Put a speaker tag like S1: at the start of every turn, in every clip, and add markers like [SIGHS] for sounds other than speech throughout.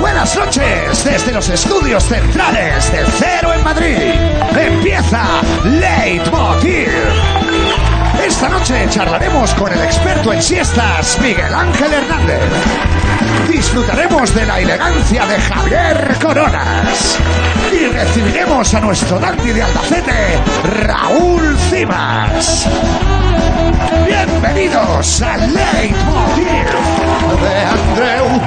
S1: Buenas noches desde los estudios centrales de Cero en Madrid. Empieza Leitmotiv. Esta noche charlaremos con el experto en siestas, Miguel Ángel Hernández. Disfrutaremos de la elegancia de Javier Coronas. Y recibiremos a nuestro dandy de Albacete, Raúl Cimas. Bienvenidos a Leitmotiv de Andreu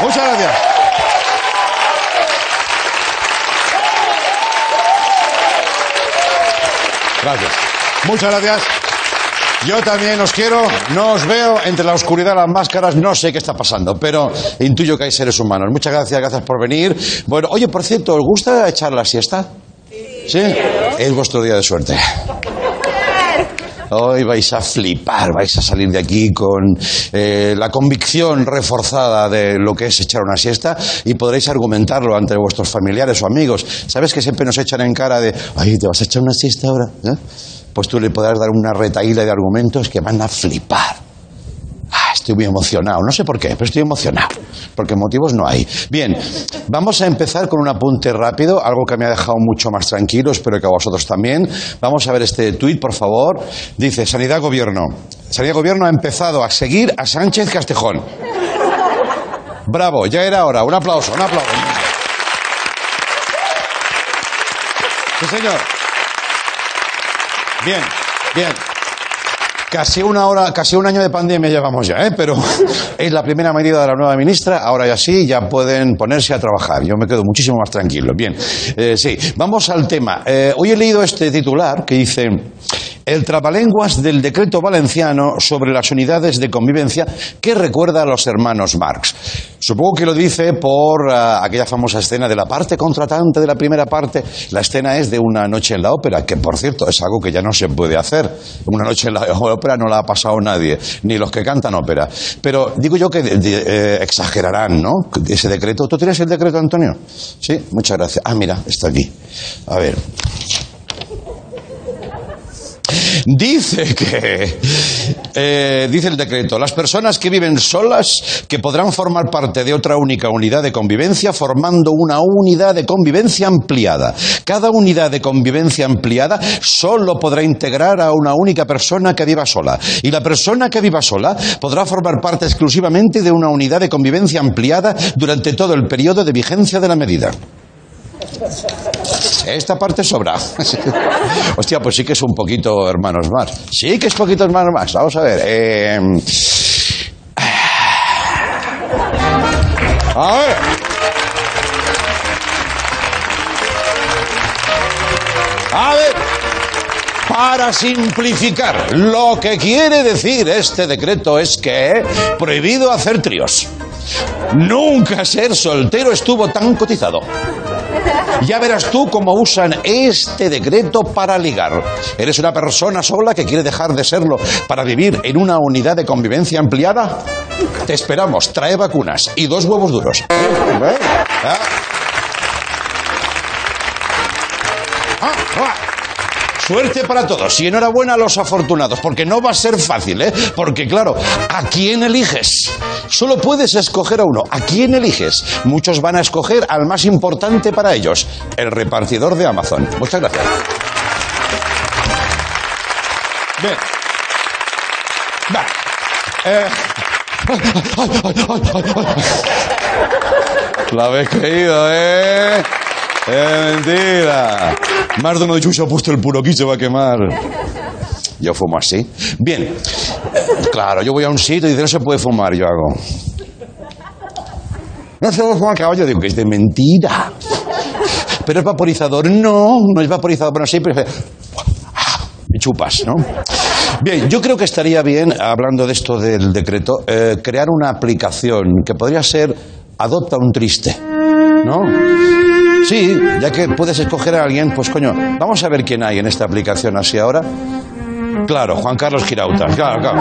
S2: Muchas gracias. Gracias. Muchas gracias. Yo también os quiero, no os veo entre la oscuridad, las máscaras, no sé qué está pasando, pero intuyo que hay seres humanos. Muchas gracias, gracias por venir. Bueno, oye, por cierto, ¿os gusta echar la siesta? Sí. Es vuestro día de suerte. Hoy vais a flipar, vais a salir de aquí con eh, la convicción reforzada de lo que es echar una siesta y podréis argumentarlo ante vuestros familiares o amigos. ¿Sabes que siempre nos echan en cara de, ay, te vas a echar una siesta ahora? ¿Eh? Pues tú le podrás dar una retaíla de argumentos que van a flipar. Ah, estoy muy emocionado, no sé por qué, pero estoy emocionado, porque motivos no hay. Bien, vamos a empezar con un apunte rápido, algo que me ha dejado mucho más tranquilo, espero que a vosotros también. Vamos a ver este tuit, por favor. Dice, Sanidad Gobierno. Sanidad Gobierno ha empezado a seguir a Sánchez Castejón. Bravo, ya era hora. Un aplauso, un aplauso. Sí, señor. Bien, bien. Casi una hora, casi un año de pandemia llevamos ya, ¿eh? pero es la primera medida de la nueva ministra. Ahora ya sí, ya pueden ponerse a trabajar. Yo me quedo muchísimo más tranquilo. Bien, eh, sí, vamos al tema. Eh, hoy he leído este titular que dice: El trabalenguas del decreto valenciano sobre las unidades de convivencia que recuerda a los hermanos Marx. Supongo que lo dice por ah, aquella famosa escena de la parte contratante de la primera parte. La escena es de una noche en la ópera, que por cierto es algo que ya no se puede hacer. Una noche en la [LAUGHS] ópera no la ha pasado nadie, ni los que cantan ópera. Pero digo yo que de- de- eh, exagerarán, ¿no? Ese decreto. ¿Tú tienes el decreto, Antonio? Sí, muchas gracias. Ah, mira, está aquí. A ver. Dice que, eh, dice el decreto, las personas que viven solas que podrán formar parte de otra única unidad de convivencia formando una unidad de convivencia ampliada. Cada unidad de convivencia ampliada solo podrá integrar a una única persona que viva sola. Y la persona que viva sola podrá formar parte exclusivamente de una unidad de convivencia ampliada durante todo el periodo de vigencia de la medida. Esta parte sobra. [LAUGHS] Hostia, pues sí que es un poquito hermanos más. Sí que es poquito hermanos más. Vamos a ver. eh, A ver. A ver. Para simplificar, lo que quiere decir este decreto es que prohibido hacer tríos. Nunca ser soltero estuvo tan cotizado. Ya verás tú cómo usan este decreto para ligar. ¿Eres una persona sola que quiere dejar de serlo para vivir en una unidad de convivencia ampliada? Te esperamos, trae vacunas y dos huevos duros. ¿Eh? ¿Ah? Ah, ah. Suerte para todos y enhorabuena a los afortunados, porque no va a ser fácil, ¿eh? Porque claro, ¿a quién eliges? Solo puedes escoger a uno. ¿A quién eliges? Muchos van a escoger al más importante para ellos, el repartidor de Amazon. Muchas gracias. Bien. Va. Eh. La habéis creído, ¿eh? ¡Es mentira! Más de uno de Chucho ha puesto el puro aquí, se va a quemar. Yo fumo así. Bien. Eh, Claro, yo voy a un sitio y dice, no se puede fumar, yo hago. No se puede fumar caballo. Digo, que es de mentira. Pero es vaporizador. No, no es vaporizador. Bueno, sí, pero... Y chupas, ¿no? Bien, yo creo que estaría bien, hablando de esto del decreto, eh, crear una aplicación que podría ser Adopta un triste, ¿no? Sí, ya que puedes escoger a alguien, pues coño, vamos a ver quién hay en esta aplicación así ahora. Claro, Juan Carlos Girauta, claro, claro.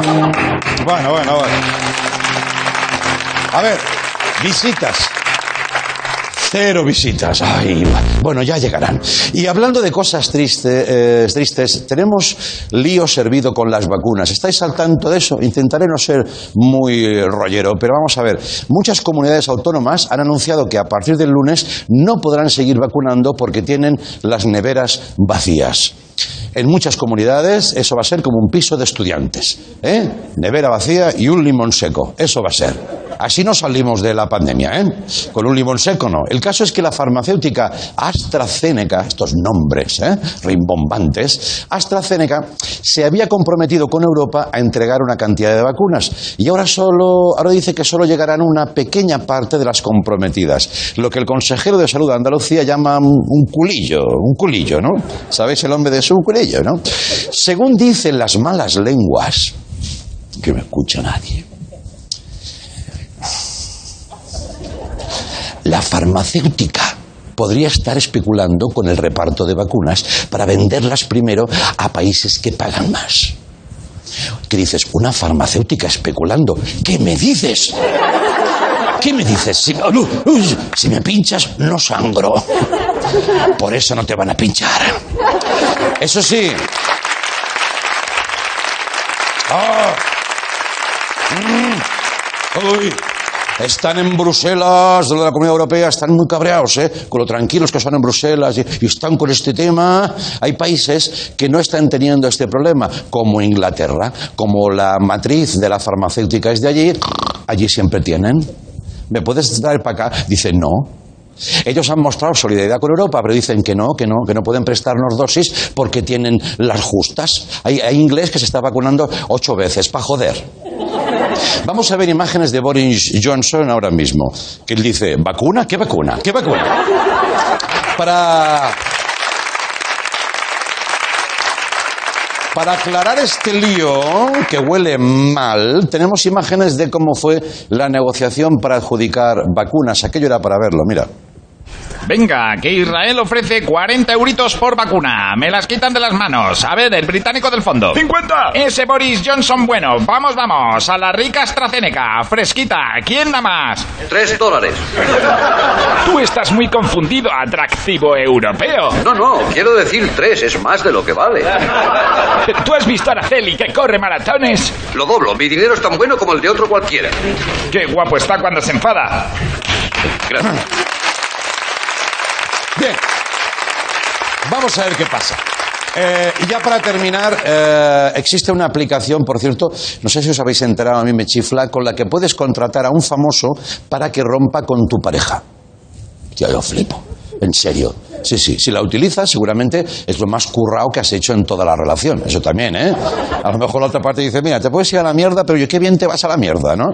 S2: Bueno, bueno, bueno. A ver, visitas. Cero visitas. Ay, bueno, ya llegarán. Y hablando de cosas triste, eh, tristes, tenemos lío servido con las vacunas. ¿Estáis al tanto de eso? Intentaré no ser muy rollero, pero vamos a ver. Muchas comunidades autónomas han anunciado que a partir del lunes no podrán seguir vacunando porque tienen las neveras vacías. En muchas comunidades eso va a ser como un piso de estudiantes. ¿eh? Nevera vacía y un limón seco. Eso va a ser. Así no salimos de la pandemia. ¿eh? Con un limón seco no. El caso es que la farmacéutica AstraZeneca, estos nombres ¿eh? rimbombantes, AstraZeneca se había comprometido con Europa a entregar una cantidad de vacunas y ahora, solo, ahora dice que solo llegarán una pequeña parte de las comprometidas. Lo que el consejero de salud de Andalucía llama un culillo. Un culillo, ¿no? ¿Sabéis el hombre de su ello, ¿no? Según dicen las malas lenguas, que me escucha nadie, la farmacéutica podría estar especulando con el reparto de vacunas para venderlas primero a países que pagan más. ¿Qué dices? Una farmacéutica especulando. ¿Qué me dices? ¿Qué me dices? Si, uy, uy, si me pinchas, no sangro. Por eso no te van a pinchar. Eso sí. Ah. Mm. Uy. Están en Bruselas, de la Comunidad Europea, están muy cabreados, ¿eh? Con lo tranquilos que son en Bruselas y, y están con este tema. Hay países que no están teniendo este problema, como Inglaterra, como la matriz de la farmacéutica es de allí. Allí siempre tienen. ¿Me puedes traer para acá? Dice, no, ellos han mostrado solidaridad con Europa, pero dicen que no, que no, que no pueden prestarnos dosis porque tienen las justas. Hay, hay inglés que se está vacunando ocho veces, para joder. Vamos a ver imágenes de Boris Johnson ahora mismo, que él dice, ¿vacuna? ¿Qué vacuna? ¿Qué vacuna? Para... Para aclarar este lío que huele mal, tenemos imágenes de cómo fue la negociación para adjudicar vacunas. Aquello era para verlo, mira.
S3: Venga, que Israel ofrece 40 euritos por vacuna. Me las quitan de las manos. A ver, el británico del fondo.
S4: ¡50!
S3: Ese Boris Johnson bueno. Vamos, vamos. A la rica AstraZeneca. Fresquita. ¿Quién da más?
S5: Tres dólares.
S3: Tú estás muy confundido, atractivo europeo.
S5: No, no, quiero decir tres, es más de lo que vale.
S3: ¿Tú has visto a Araceli que corre maratones?
S5: Lo doblo, mi dinero es tan bueno como el de otro cualquiera.
S3: Qué guapo está cuando se enfada.
S5: Gracias.
S2: Bien. Vamos a ver qué pasa. Eh, y ya para terminar, eh, existe una aplicación, por cierto, no sé si os habéis enterado, a mí me chifla, con la que puedes contratar a un famoso para que rompa con tu pareja. Yo lo flipo, en serio. Sí, sí, si la utilizas seguramente es lo más currao que has hecho en toda la relación. Eso también, ¿eh? A lo mejor la otra parte dice, mira, te puedes ir a la mierda, pero yo qué bien te vas a la mierda, ¿no?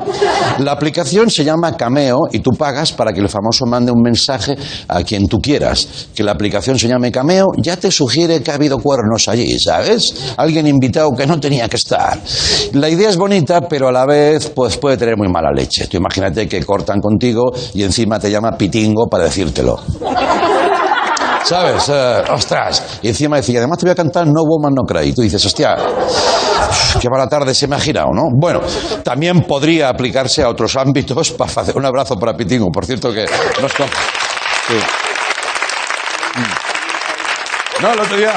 S2: La aplicación se llama Cameo y tú pagas para que el famoso mande un mensaje a quien tú quieras. Que la aplicación se llame Cameo ya te sugiere que ha habido cuernos allí, ¿sabes? Alguien invitado que no tenía que estar. La idea es bonita, pero a la vez pues puede tener muy mala leche. Tú imagínate que cortan contigo y encima te llama pitingo para decírtelo. ¿Sabes? Eh, ostras. Y encima decía, además te voy a cantar No Woman No Cry. Y tú dices, hostia, [SIGHS] qué mala tarde se me ha girado, ¿no? Bueno, también podría aplicarse a otros ámbitos [LAUGHS] para hacer un abrazo para Pitingo. Por cierto que nos... con- sí. No, el otro día...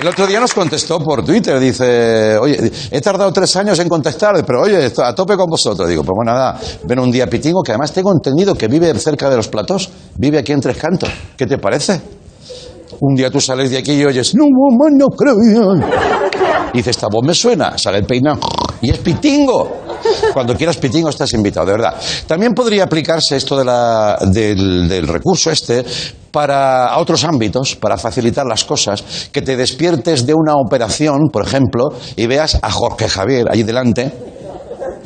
S2: El otro día nos contestó por Twitter, dice, oye, he tardado tres años en contestar, pero oye, estoy a tope con vosotros. Digo, pues bueno, nada, ven un día a Pitingo, que además tengo entendido que vive cerca de los platós, vive aquí en Tres Cantos. ¿Qué te parece? Un día tú sales de aquí y oyes, no, mamá, no creo. Y dice, esta voz me suena, sale el peinado y es pitingo. Cuando quieras pitingo estás invitado, de verdad. También podría aplicarse esto de la- del, del recurso este para a otros ámbitos, para facilitar las cosas, que te despiertes de una operación, por ejemplo, y veas a Jorge Javier allí delante,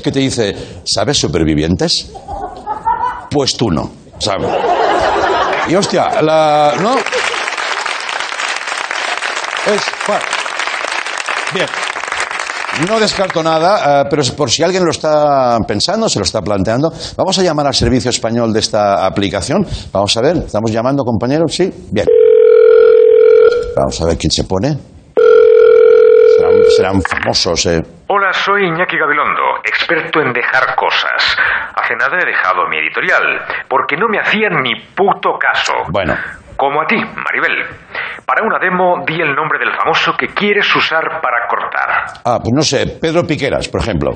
S2: que te dice, ¿sabes supervivientes? Pues tú no, ¿sabes? Y hostia, la... ¿no? Es... bueno. Bien. No descarto nada, eh, pero por si alguien lo está pensando, se lo está planteando, vamos a llamar al servicio español de esta aplicación. Vamos a ver, ¿estamos llamando, compañeros? Sí, bien. Vamos a ver quién se pone. Serán, serán famosos, eh.
S6: Hola, soy Iñaki Gabilondo, experto en dejar cosas. A
S4: nada he dejado mi editorial, porque no me hacían ni puto caso.
S2: Bueno.
S4: Como a ti, Maribel. Para una demo di el nombre del famoso que quieres usar para cortar.
S2: Ah, pues no sé, Pedro Piqueras, por ejemplo.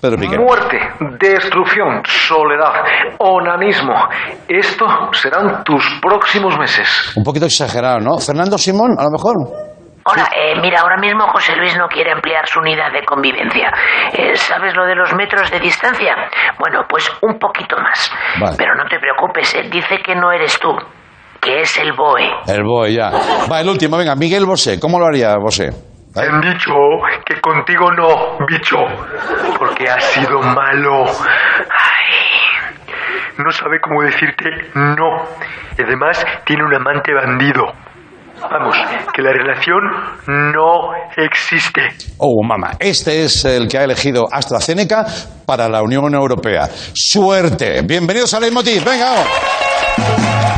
S2: Pedro Piqueras.
S4: Muerte, destrucción, soledad, onanismo. Esto serán tus próximos meses.
S2: Un poquito exagerado, ¿no? Fernando Simón, a lo mejor.
S6: Hola, eh, mira, ahora mismo José Luis no quiere ampliar su unidad de convivencia. Eh, ¿Sabes lo de los metros de distancia? Bueno, pues un poquito más.
S2: Vale.
S6: Pero no te preocupes, eh, dice que no eres tú, que es el BOE.
S2: El boy, ya. Va, el último, venga, Miguel Bosé. ¿Cómo lo haría Bosé?
S4: Te han dicho que contigo no, bicho, porque has sido malo. Ay, no sabe cómo decirte no. Y además tiene un amante bandido. Vamos, que la relación no existe.
S2: Oh, mamá, este es el que ha elegido AstraZeneca para la Unión Europea. ¡Suerte! Bienvenidos a Leitmotiv, venga. oh, vamos.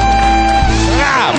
S2: Ah,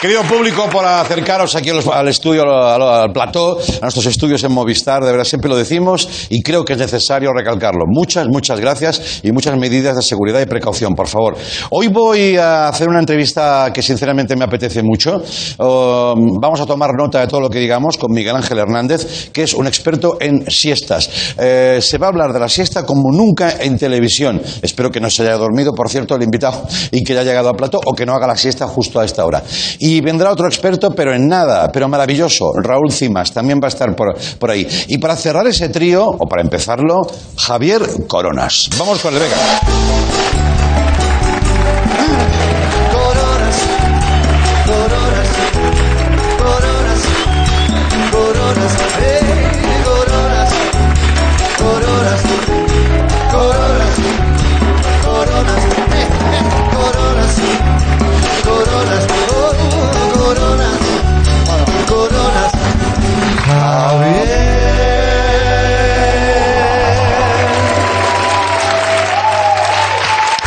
S2: querido público, por acercaros aquí a los- al estudio, al, al plató, a nuestros estudios en Movistar. De verdad, siempre lo decimos y creo que es necesario recalcarlo. Muchas, muchas gracias y muchas medidas de seguridad y precaución, por favor. Hoy voy a hacer una entrevista que sinceramente me apetece mucho. Um, vamos a tomar nota de todo lo que digamos con Miguel Ángel Hernández, que es un experto en siestas. Eh, se va a hablar de la siesta como nunca en televisión. Espero que no se haya dormido, por cierto, el invitado, y que haya llegado a plato, o que no haga la siesta justo a esta hora. Y vendrá otro experto, pero en nada, pero maravilloso, Raúl Cimas, también va a estar por, por ahí. Y para cerrar ese trío, o para empezarlo, Javier Coronas. Vamos con el Vega.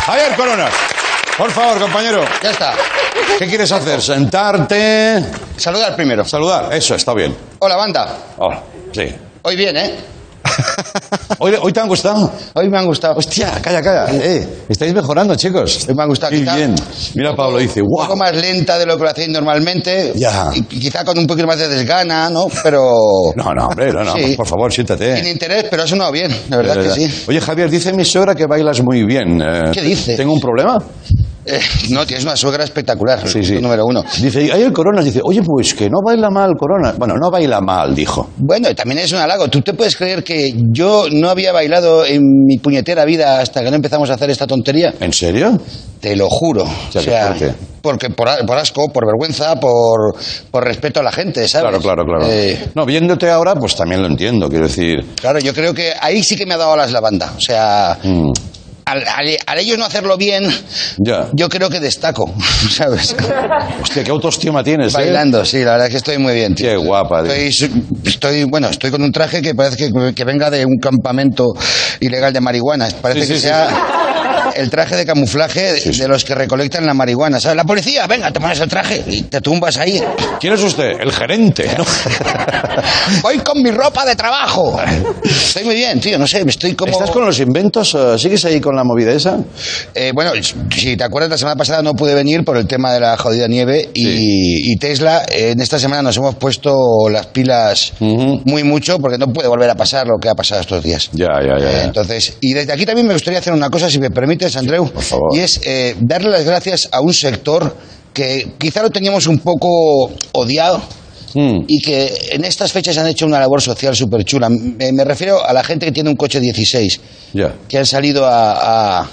S2: Javier Coronas. Por favor, compañero.
S7: Ya está.
S2: ¿Qué quieres hacer? ¿Sentarte?
S7: Saludar primero.
S2: ¿Saludar? Eso, está bien.
S7: Hola, banda.
S2: Hola. Sí.
S7: Hoy bien, ¿eh?
S2: [LAUGHS] ¿Hoy, hoy te han gustado?
S7: Hoy me han gustado.
S2: Hostia, calla, calla. Eh, estáis mejorando, chicos.
S7: Me ha gustado,
S2: Muy
S7: quizá.
S2: bien. Mira, Pablo dice,
S7: Un poco
S2: wow.
S7: más lenta de lo que lo hacéis normalmente.
S2: Ya.
S7: Y quizá con un poquito más de desgana, ¿no? Pero.
S2: No, no, hombre, no, no.
S7: Sí.
S2: Por favor, siéntate. Eh,
S7: Sin interés, pero ha sonado bien. La verdad que sí.
S2: Oye, Javier, dice mi suegra que bailas muy bien. eh,
S7: ¿Qué dice?
S2: ¿Tengo un problema?
S7: Eh, no, tienes una suegra espectacular.
S2: Sí, sí.
S7: punto Número uno.
S2: Dice, ahí el Corona dice, oye, pues que no baila mal Corona. Bueno, no baila mal, dijo.
S7: Bueno, también es un halago. ¿Tú te puedes creer que yo no había bailado en mi puñetera vida hasta que no empezamos a hacer esta tontería?
S2: ¿En serio?
S7: Te lo juro.
S2: sea,
S7: o sea,
S2: qué fuerte.
S7: porque por, a- por asco, por vergüenza, por, por respeto a la gente, ¿sabes?
S2: Claro, claro, claro.
S7: Eh,
S2: No, viéndote ahora, pues también lo entiendo. Quiero decir,
S7: claro, yo creo que ahí sí que me ha dado alas la banda. O sea,
S2: mm,
S7: al, al- al ellos no hacerlo bien,
S2: ya.
S7: yo creo que destaco, [LAUGHS] ¿sabes?
S2: Hostia, qué autoestima tienes, ¿eh?
S7: Bailando, sí, la verdad es que estoy muy bien, tío.
S2: Qué guapa, tío.
S7: Estoy, su- estoy- bueno, estoy con un traje que parece que, que venga de un campamento ilegal de marihuana.
S2: Sí,
S7: Parece
S2: sí,
S7: que
S2: sí,
S7: sea el traje de camuflaje
S2: sí.
S7: de los que recolectan la marihuana. ¿Sabes? La policía, venga, te pones el traje y te
S2: [LAUGHS]
S7: tumbas ahí.
S2: ¿Quién es usted? El gerente. ¿no?
S7: Voy con mi ropa de trabajo. Estoy muy bien, tío, no sé, estoy como...
S2: ¿Estás con los inventos? eh, ¿Sigues ahí con la movida esa?
S7: Eh, bueno, si te acuerdas, la semana pasada no pude venir por el tema de la jodida nieve y, y Tesla, eh, en esta semana nos hemos puesto las pilas
S2: Ujú.
S7: muy mucho porque no puede volver a pasar lo que ha pasado estos días.
S2: Ya, ya, ya.
S7: Eh,
S2: ya.
S7: Entonces, y desde aquí también me gustaría hacer una cosa, si me permites, Andreu,
S2: por favor.
S7: y es eh, darle las gracias a un sector que quizá lo teníamos un poco odiado,
S2: Mm.
S7: y que en estas fechas han hecho una labor social súper chula. Me, me refiero a la gente que tiene un coche 16,
S2: Ya.
S7: que han salido a, a- a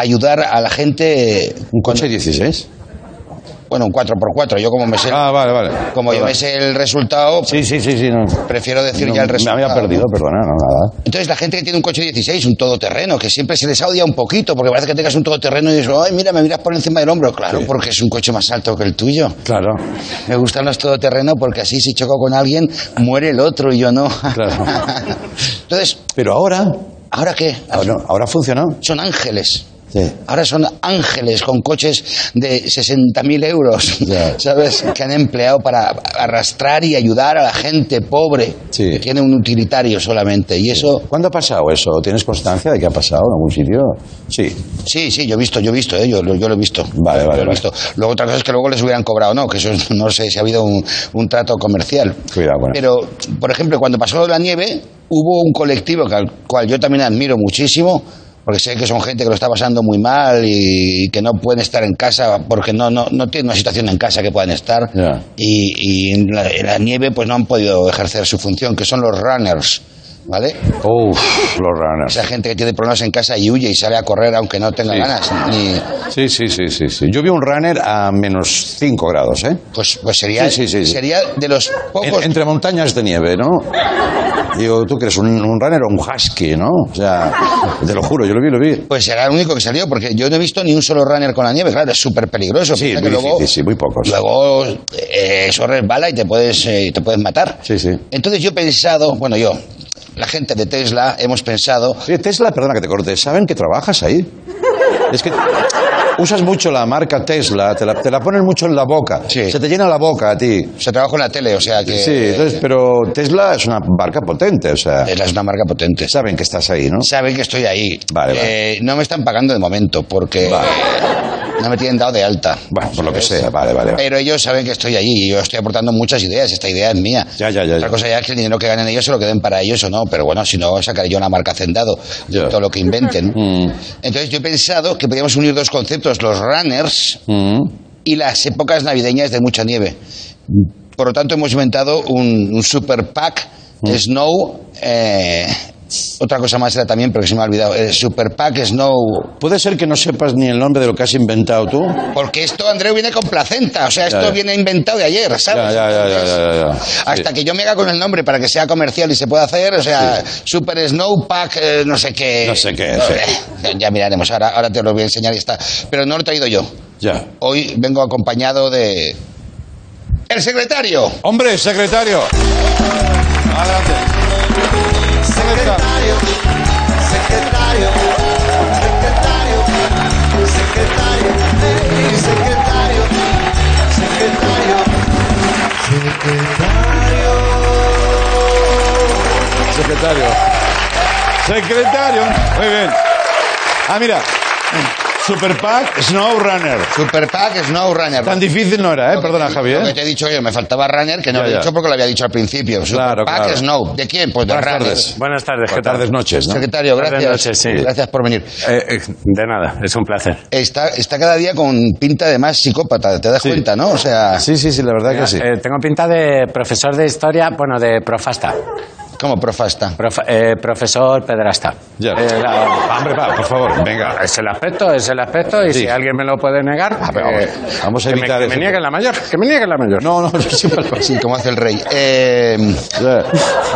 S7: ayudar a la gente.
S2: ¿Un coche 16?
S7: Bueno, un 4x4. Yo como me sé,
S2: Ah, vale, vale.
S7: como yo
S2: Perdón.
S7: me sé el resultado,
S2: Sí, sí, sí, sí. no.
S7: prefiero decir
S2: No,
S7: ya el
S2: me
S7: resultado.
S2: había perdido, perdona, no, nada.
S7: Entonces la gente que tiene un coche 16, un todoterreno, que siempre se les odia un poquito, porque parece que tengas un todoterreno y dices, ay, mira, me miras por encima del hombro. Claro, porque es un coche más alto que el tuyo.
S2: Claro.
S7: Me gustan los todoterreno porque así si choco con alguien, muere el otro y yo no.
S2: Claro.
S7: [LAUGHS] Entonces,
S2: Pero ahora,
S7: ¿ahora qué?
S2: ahora, ahora ha funcionado.
S7: Son ángeles.
S2: Sí.
S7: Ahora son ángeles con coches de 60.000 euros,
S2: Ya.
S7: ¿sabes? Que han empleado para arrastrar y ayudar a la gente pobre,
S2: Sí.
S7: que tiene un utilitario solamente. Y eso,
S2: ¿Cuándo ha pasado eso? ¿Tienes constancia de que ha pasado en algún sitio? Sí.
S7: sí, sí, yo he visto, yo he visto, ¿eh? yo, lo- yo lo he visto.
S2: Vale,
S7: Yo
S2: vale,
S7: lo he
S2: vale.
S7: visto. Luego otra cosa es que luego les hubieran cobrado, ¿no? Que eso es- no sé si ha habido un, un trato comercial.
S2: Cuidado, bueno.
S7: Pero, por ejemplo, cuando pasó lo de la nieve, hubo un colectivo que- al cual yo también admiro muchísimo, porque sé que son gente que lo está pasando muy mal y, y que no pueden estar en casa porque no, no, no tienen una situación en casa que puedan estar.
S2: Ya.
S7: Y, y en, la, en la nieve pues no han podido ejercer su función, que son los runners, ¿vale?
S2: Uf, los runners.
S7: Esa gente que tiene problemas en casa y huye y sale a correr aunque no tenga
S2: Sí.
S7: ganas. ni-
S2: Sí, sí, sí, sí, sí. Yo vi un runner a menos 5 grados, ¿eh?
S7: pues, pues sería,
S2: Sí, sí, sí, sí.
S7: sería de los pocos...
S2: En- entre montañas de nieve, ¿no? Digo, ¿tú crees un, un runner o un husky, no? O sea, te lo juro, yo lo vi, lo vi.
S7: Pues será el único que salió, porque yo no he visto ni un solo runner con la nieve. Claro, es súper peligroso.
S2: Sí,
S7: piensa
S2: muy
S7: que luego,
S2: difícil, sí, muy pocos.
S7: Luego eh, eso resbala y te puedes, eh, te puedes matar.
S2: Sí, sí.
S7: Entonces yo he pensado, bueno, yo, la gente de Tesla, hemos pensado,
S2: Oye, Tesla, perdona que te corte, ¿saben que trabajas ahí? Es que usas mucho la marca Tesla, te la, te la ponen mucho en la boca.
S7: Sí.
S2: Se te llena la boca a ti.
S7: se trabaja en la tele, o sea que eh,
S2: Sí, entonces, pero Tesla es una marca potente, o sea,
S7: Tesla es una marca potente.
S2: saben que estás ahí, ¿no?
S7: Saben que estoy ahí.
S2: Vale,
S7: Eh, no me están pagando de momento, porque
S2: Vale.
S7: eh, no me tienen dado de alta.
S2: Bueno, por lo que sea, vale, vale. vale.
S7: Pero ellos saben que estoy allí y yo estoy aportando muchas ideas. Esta idea es mía.
S2: Ya, ya, ya,
S7: Otra
S2: ya.
S7: cosa ya es que el dinero que ganen ellos se lo queden para ellos o no. Pero bueno, si no, sacaré yo una marca Hacendado de
S2: Ya.
S7: todo lo que inventen.
S2: [LAUGHS] Mm.
S7: Entonces yo he pensado que podíamos unir dos conceptos, los runners
S2: Mm.
S7: y las épocas navideñas de mucha nieve. Por lo tanto, hemos inventado un, un super pack
S2: Mm.
S7: Snow... eh, otra cosa más era también, pero que se me ha olvidado. El super pack Snow
S2: Puede ser que no sepas ni el nombre de lo que has inventado tú.
S7: Porque esto, Andreu, viene con placenta. O sea, esto
S2: Ya, ya.
S7: viene inventado de ayer,
S2: Ya,
S7: ¿sabes?
S2: ya, ya, ya, ya, ya.
S7: Hasta
S2: Sí.
S7: que yo me haga con el nombre para que sea comercial y se pueda hacer, o sea, Super Snow Pack, eh, no sé qué.
S2: No sé qué,
S7: Eh, Ya miraremos, ahora, ahora te lo voy a enseñar y está. Pero no lo he traído yo.
S2: Ya.
S7: Hoy vengo acompañado de. ¡El secretario!
S2: Hombre, secretario. Adelante. Secretario. Secretario. Secretario. Muy bien. Ah, mira. Super Pack Snow Runw
S7: Super Pack Snow Runner.
S2: Tan difícil no era, ¿eh?
S7: Lo que
S2: Perdona,
S7: te-
S2: Javier.
S7: Lo que te he dicho yo, me faltaba Runner, que no
S2: Ya,
S7: lo he
S2: ya.
S7: dicho porque lo había dicho al principio. Super
S2: Claro,
S7: Pack
S2: claro.
S7: Snow. ¿De quién? Pues de
S2: Buenas
S7: Runner.
S2: tardes.
S8: Buenas tardes, ¿qué
S2: Buenas
S8: tal?
S2: tardes, noches, ¿no?
S7: Secretario,
S8: Buenas
S7: gracias.
S8: noches, sí.
S7: Gracias por venir.
S8: Eh, eh, de nada, es un placer.
S7: Está, está cada día con pinta de más psicópata, te das cuenta, ¿no? O sea,
S2: Sí, sí, sí, la verdad que sí.
S8: Eh, tengo pinta de profesor de historia, bueno, de Eh, profasta.
S7: como profasta.
S8: Prof- eh, profesor pedrasta.
S2: Ya.
S8: Eh, la-
S2: Ah, Hombre, va, por favor, venga.
S8: es el aspecto, es el aspecto, y
S2: Sí. Ah,
S8: si alguien me lo puede negar, eh,
S2: pero
S8: que-
S2: vamos, Eh, vamos a
S8: pues, que me-
S2: evitar
S8: que me,
S2: ese
S8: nieguen
S2: tema.
S8: la mayor, que me nieguen la mayor.
S2: No, no, sí,
S7: Sí, como hace el rey. Eh,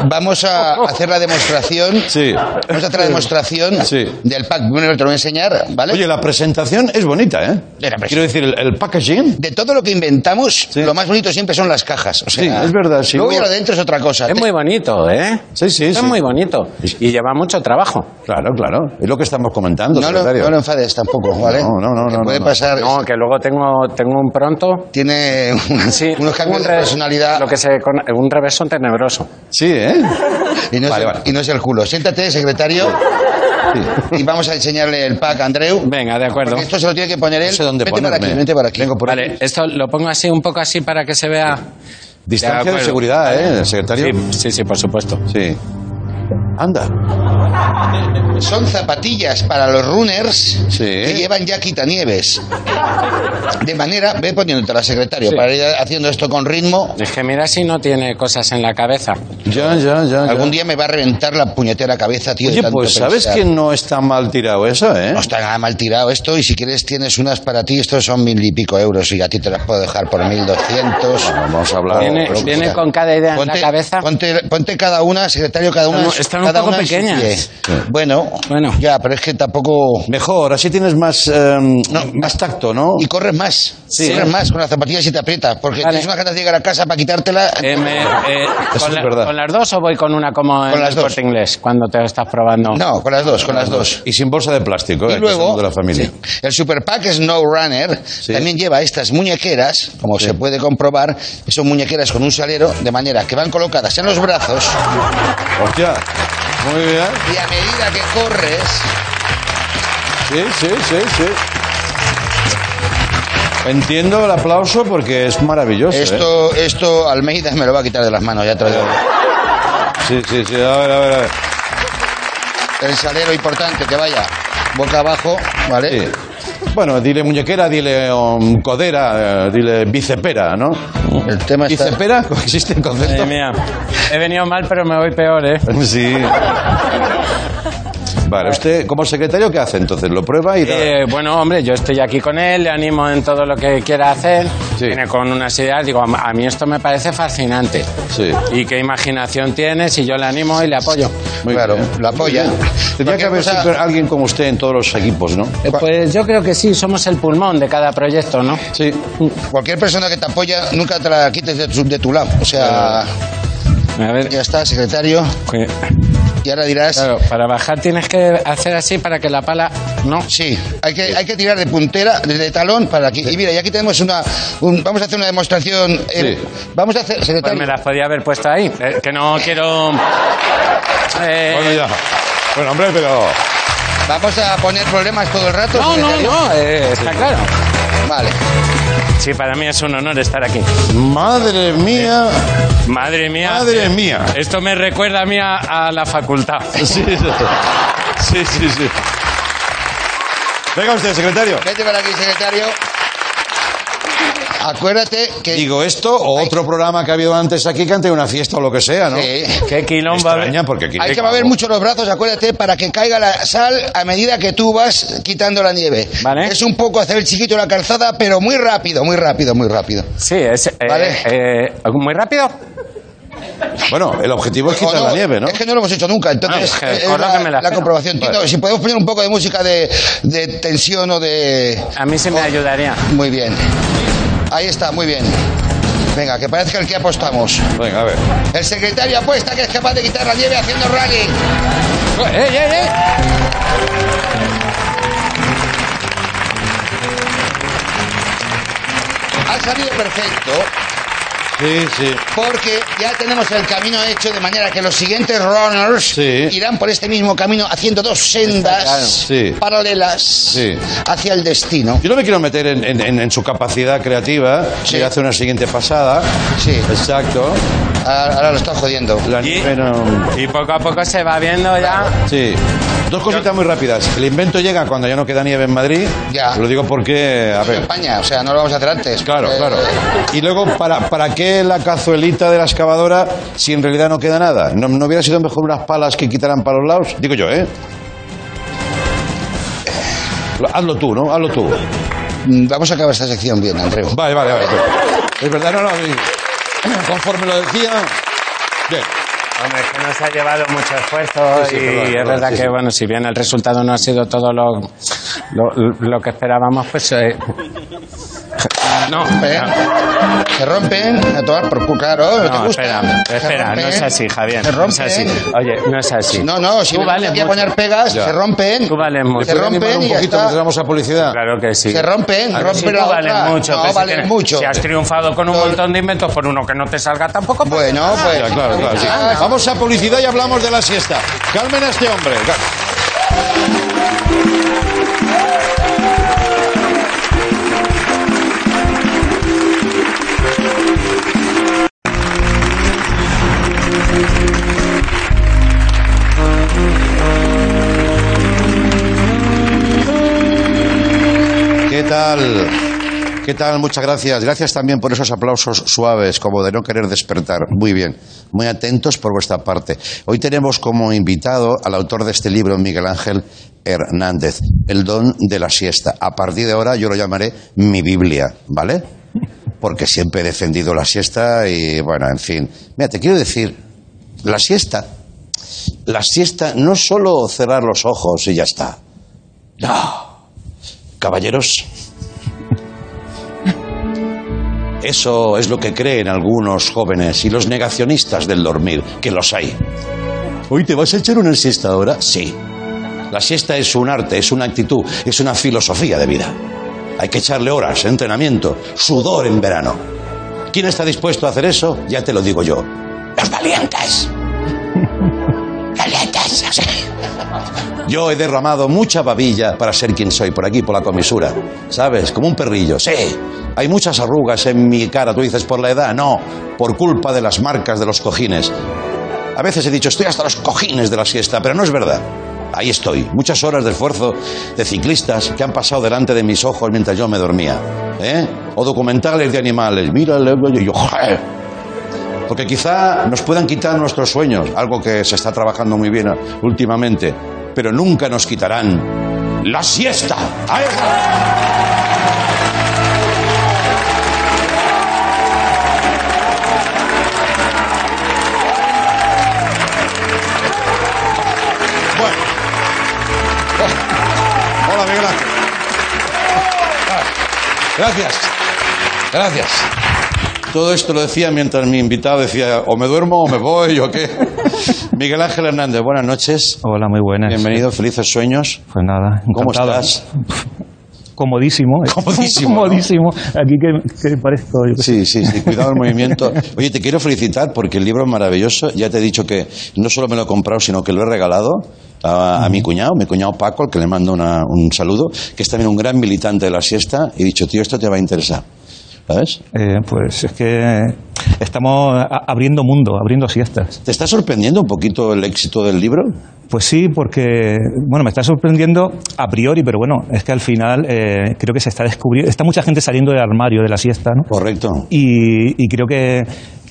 S7: vamos a hacer la demostración.
S2: Sí.
S7: Vamos a hacer la demostración
S2: Sí.
S7: del pack. Bueno, te lo voy a enseñar, ¿vale?
S2: Oye, la presentación es bonita, ¿eh?
S7: De la pres-
S2: Quiero decir, el, el packaging.
S7: de todo lo que inventamos,
S2: Sí.
S7: lo más bonito siempre son las cajas. O sea,
S2: Sí, es verdad, sí.
S7: Luego ya lo de dentro es otra cosa.
S8: Es muy bonito, ¿eh?
S2: Sí, sí,
S8: Es
S2: sí.
S8: muy bonito. Y lleva mucho trabajo.
S2: Claro, claro. Es lo que estamos comentando,
S7: no, lo,
S2: secretario.
S7: no lo enfades tampoco, ¿vale?
S2: No, no, no,
S7: Porque
S2: no, no,
S7: Puede
S2: no.
S7: pasar.
S8: No, que luego tengo, tengo un pronto.
S7: Tiene un-
S8: Sí,
S7: unos cambios
S8: un
S7: de
S8: re-
S7: personalidad
S8: Lo que se, con- un revésón tenebroso.
S2: Sí, ¿eh?
S7: y, no es
S2: Vale,
S7: el,
S2: vale.
S7: y no es el culo. Siéntate, secretario. Y vamos a enseñarle el pack a Andreu.
S8: Venga, de acuerdo.
S7: Porque esto se lo tiene que poner él.
S2: No sé dónde
S7: vente para
S2: ponerme.
S7: aquí, vente para aquí.
S2: Vengo por
S8: vale, esto lo pongo así, un poco así para que se vea.
S2: Distancia de
S8: acuerdo.
S2: seguridad, ¿eh? El secretario.
S8: Sí, sí, sí, por supuesto.
S2: Sí. Anda.
S7: Son zapatillas para los runners
S2: eh. Sí.
S7: que llevan ya quitanieves. De manera, ve poniéndotela, secretario,
S8: Sí.
S7: para ir haciendo esto con ritmo.
S8: Es que mira si no tiene cosas en la cabeza.
S2: Ya, ya, ya. ya.
S7: Algún día me va a reventar la puñetera cabeza, tío. de
S2: Oye,
S7: tanto
S2: pues sabes
S7: pensar.
S2: que no está mal tirado eso, ¿eh?
S7: No está nada mal tirado esto y si quieres tienes unas para ti, estos son mil y pico euros y a ti te las puedo dejar por mil doscientos.
S2: Vamos a hablar.
S8: Viene-
S2: pero-
S8: viene con cada idea en la cabeza.
S7: Ponte, ponte cada una, secretario, cada una.
S8: Están-
S7: en su-
S8: están un
S7: cada
S8: poco
S7: una en su
S8: pequeñas.
S7: pie. Bueno,
S8: Bueno.
S7: ya, pero es que tampoco...
S2: Mejor, así tienes más, eh, más tacto, ¿no?
S7: Y corres más,
S8: Sí.
S7: corres más con las zapatillas y te aprietas, porque
S8: Vale.
S7: tienes una ganas de llegar a casa para quitártela.
S8: Eh, me- eh,
S2: Eso
S8: con,
S2: es
S8: la-
S2: verdad.
S8: con las dos o voy con una como en
S7: las
S8: el
S7: dos.
S8: corte inglés cuando te lo estás probando?
S7: No, con las dos, con las dos.
S2: Y sin bolsa de plástico,
S7: Y
S2: ¿eh? que somos
S7: luego,
S2: de la familia.
S7: sí, el Super Pack Snow Runner también lleva estas muñequeras, como se puede comprobar, que son muñequeras con un salero, de manera que van colocadas en los brazos
S2: Hostia, muy bien.
S7: y a medida que corres,
S2: Sí, sí, sí, sí. Entiendo el aplauso porque es maravilloso. ¿eh?
S7: esto, esto Almeida me lo va a quitar de las manos, ya te lo digo.
S2: Sí, sí, sí. A ver, a ver, a ver.
S7: El salero importante que vaya boca abajo, ¿vale?
S2: Sí. Bueno, dile muñequera, dile um, codera, eh, dile bicepera, ¿no?
S7: El tema está...
S2: ¿Bicepera? [LAUGHS] ¿Existe el concepto?
S8: Madre mía, Eh, he venido mal pero me voy peor, ¿eh?
S2: [LAUGHS] Sí. Vale, usted como secretario, ¿qué hace entonces? ¿Lo prueba y da-
S8: Eh, bueno, hombre, yo estoy aquí con él, le animo en todo lo que quiera hacer.
S2: Sí.
S8: Viene con unas ideas, digo, a a mí esto me parece fascinante.
S2: Sí.
S8: Y qué imaginación tienes, y yo le animo y le apoyo.
S2: Muy
S7: claro,
S2: bien.
S7: lo apoya.
S2: Tendría que
S7: Cualquier
S2: haber
S7: cosa-
S2: siempre alguien como usted en todos los equipos, ¿no?
S8: Eh, Pues yo creo que sí, somos el pulmón de cada proyecto, ¿no?
S2: Sí.
S7: Cualquier persona que te apoya, nunca te la quites de tu, de tu lado. O sea,
S8: A ver,
S7: ya está, secretario.
S8: que-
S7: Y ahora dirás,
S8: claro, para bajar tienes que hacer así para que la pala no.
S7: Sí, hay que, hay que tirar de puntera, de, de talón para aquí. Y mira, y aquí tenemos una. un- vamos a hacer una demostración. eh, Vamos a hacer.
S8: Pues
S7: secretario,
S8: me las podía haber puesto ahí, eh, que no quiero. eh,
S2: Bueno, ya. Bueno, hombre, pero...
S7: Vamos a poner problemas todo el rato.
S8: no, no,
S7: secretario?
S8: no, eh, está claro.
S7: Vale.
S8: Sí, para mí es un honor estar aquí.
S2: Madre mía,
S8: Madre mía.
S2: madre mía.
S8: Esto me recuerda a mí a, a la facultad.
S2: [LAUGHS] Sí, sí, sí. sí. Venga usted, secretario.
S7: Vete para aquí, secretario. Acuérdate que.
S2: Digo esto o otro programa que ha habido antes aquí que han tenido una fiesta o lo que sea, ¿no?
S7: Sí.
S8: Qué quilombo.
S2: Extraña porque aquí...
S7: Hay que mover mucho los brazos, acuérdate, para que caiga la sal a medida que tú vas quitando la nieve.
S8: Vale.
S7: Es un poco hacer el chiquito en la calzada, pero muy rápido, muy rápido, muy rápido.
S8: Sí, es. eh,
S7: Vale.
S8: eh, muy rápido.
S2: Bueno, el objetivo es
S7: Eh, O
S2: quitar
S7: no,
S2: Pues la nieve, ¿no?
S7: Es que no lo hemos hecho nunca, entonces eh,
S8: Ah, es que
S7: es
S8: con lo
S7: la,
S8: que me la
S7: la
S8: pela.
S7: comprobación. Tito,
S2: Vale.
S7: si podemos poner un poco de música de, de tensión o de...
S8: A mí se me
S2: Oh.
S7: o-
S8: ayudaría.
S7: Muy bien. Ahí está, muy bien. Venga, que parezca el que apostamos.
S2: Venga, a ver.
S7: El secretario apuesta que es capaz de quitar la nieve haciendo rally.
S8: ¡Eh, eh, eh!
S7: Ha salido perfecto
S2: Sí, sí.
S7: porque ya tenemos el camino hecho de manera que los siguientes runners
S2: Sí.
S7: irán por este mismo camino haciendo dos
S2: claro.
S7: sendas
S2: Sí.
S7: paralelas
S2: Sí.
S7: hacia el destino.
S2: Yo no me quiero meter en, en- en- en su capacidad creativa.
S7: Sí.
S2: Si hace una siguiente pasada.
S7: Sí.
S2: Exacto.
S7: Ahora ahora lo está jodiendo.
S2: La
S8: Y-
S2: nieve no-
S8: Y poco a poco se va viendo ya.
S2: Sí. Dos cositas muy rápidas. El invento llega cuando ya no queda nieve en Madrid.
S7: Ya.
S2: Lo digo porque, a ver.
S7: España, o sea, no lo vamos a hacer antes.
S2: Claro,
S7: Eh,
S2: claro. Y luego, ¿para, ¿para qué la cazuelita de la excavadora si en realidad no queda nada? ¿No, no hubiera sido mejor unas palas que quitaran para los lados? Digo yo, ¿eh? Lo- Eh, Hazlo tú, ¿no? Hazlo tú.
S7: mm, Vamos a acabar esta sección bien, Andreu.
S2: Vale, vale, vale. Es verdad, no, no. y- Conforme lo decía. Bien.
S8: Hombre, es que nos ha llevado mucho esfuerzo
S2: Sí, sí,
S8: y
S2: es verdad,
S8: es
S2: es
S8: verdad
S2: verdad,
S8: que,
S2: sí, sí.
S8: bueno, si bien el resultado no ha sido todo lo, lo, lo que esperábamos, pues... eh, No,
S7: ¿Eh? Se rompen a tomar por culo, claro, no, te
S8: no,
S7: gusta.
S8: espera,
S7: Se
S8: espera, no
S7: rompen,
S8: es así, Javier,
S7: Se
S8: no es
S7: rompen.
S8: así. Oye, no es así.
S7: No, no, si
S8: Tú
S7: me
S8: vales
S7: aquí a
S8: mucho.
S7: poner pegas,
S2: Ya.
S7: se rompen.
S8: Tú vales
S7: Se
S8: mucho.
S2: ¿Puede
S7: rompen
S2: animar un
S7: y ya
S2: poquito
S7: está.
S2: mientras vamos a publicidad?
S8: Claro que sí.
S7: Se rompen,
S8: A ver,
S7: rompen
S8: si tú
S7: la
S8: vales
S7: otra.
S8: mucho.
S7: No,
S8: que si
S7: valen
S8: tienes-
S7: mucho.
S8: Si has triunfado con un
S7: No.
S8: montón de inventos por uno que no te salga tampoco... pues,
S7: Bueno, pues.
S2: Ya, claro, claro, sí.
S7: Ah,
S2: Vamos a publicidad y hablamos de la siesta. Calmen a este hombre. tal? ¿Qué tal? Muchas gracias. Gracias también por esos aplausos suaves, como de no querer despertar. Muy bien. Muy atentos por vuestra parte. Hoy tenemos como invitado al autor de este libro, Miguel Ángel Hernández, El don de la siesta. A partir de ahora yo lo llamaré mi Biblia, ¿vale? Porque siempre he defendido la siesta y, bueno, en fin. Mira, te quiero decir, la siesta, la siesta no es solo cerrar los ojos y ya está. No. Caballeros, eso es lo que creen algunos jóvenes y los negacionistas del dormir, que los hay. Hoy te vas a echar una siesta ahora, sí. La siesta es un arte, es una actitud, es una filosofía de vida. Hay que echarle horas, entrenamiento, sudor en verano. ¿Quién está dispuesto a hacer eso? Ya te lo digo yo. Los valientes. Valientes. sí. Yo he derramado mucha babilla para ser quien soy, por aquí, por la comisura. ¿Sabes? Como un perrillo. Sí. Hay muchas arrugas en mi cara. Tú dices, por la edad. No, por culpa de las marcas de los cojines. A veces he dicho, estoy hasta los cojines de la siesta, pero no es verdad. Ahí estoy. Muchas horas de esfuerzo de ciclistas que han pasado delante de mis ojos mientras yo me dormía. ¿Eh? O documentales de animales. Mira, el león y yo, ¡joder! Porque quizá nos puedan quitar nuestros sueños, algo que se está trabajando muy bien últimamente, pero nunca nos quitarán la siesta. ¡Ahí está! Bueno. Hola, Miguel Ángel. Gracias. Gracias. Todo esto lo decía mientras mi invitado decía, o me duermo o me voy o [LAUGHS] qué. Miguel Ángel Hernández, buenas noches.
S9: Hola, muy buenas.
S2: Bienvenido, felices sueños.
S9: Pues nada,
S2: ¿Cómo
S9: encantado.
S2: estás?
S9: Comodísimo. ¿eh? [LAUGHS]
S2: Comodísimo,
S9: Comodísimo. Aquí que, que parezco yo.
S2: Sí, sí, sí, cuidado el movimiento. Oye, te quiero felicitar porque el libro es maravilloso. Ya te he dicho que no solo me lo he comprado, sino que lo he regalado a, a mi cuñado, mi cuñado Paco, al que le mando una- un saludo, que es también un gran militante de la siesta. Y he dicho, tío, esto te va a interesar. ¿Sabes?
S9: [LAUGHS] Eh, pues es que estamos a- abriendo mundo, abriendo siestas.
S2: ¿Te está sorprendiendo un poquito el éxito del libro?
S9: Pues sí, porque, bueno, me está sorprendiendo a priori, pero bueno, es que al final eh, creo que se está descubriendo, está mucha gente saliendo del armario de la siesta, ¿no?
S2: Correcto.
S9: Y, y creo que,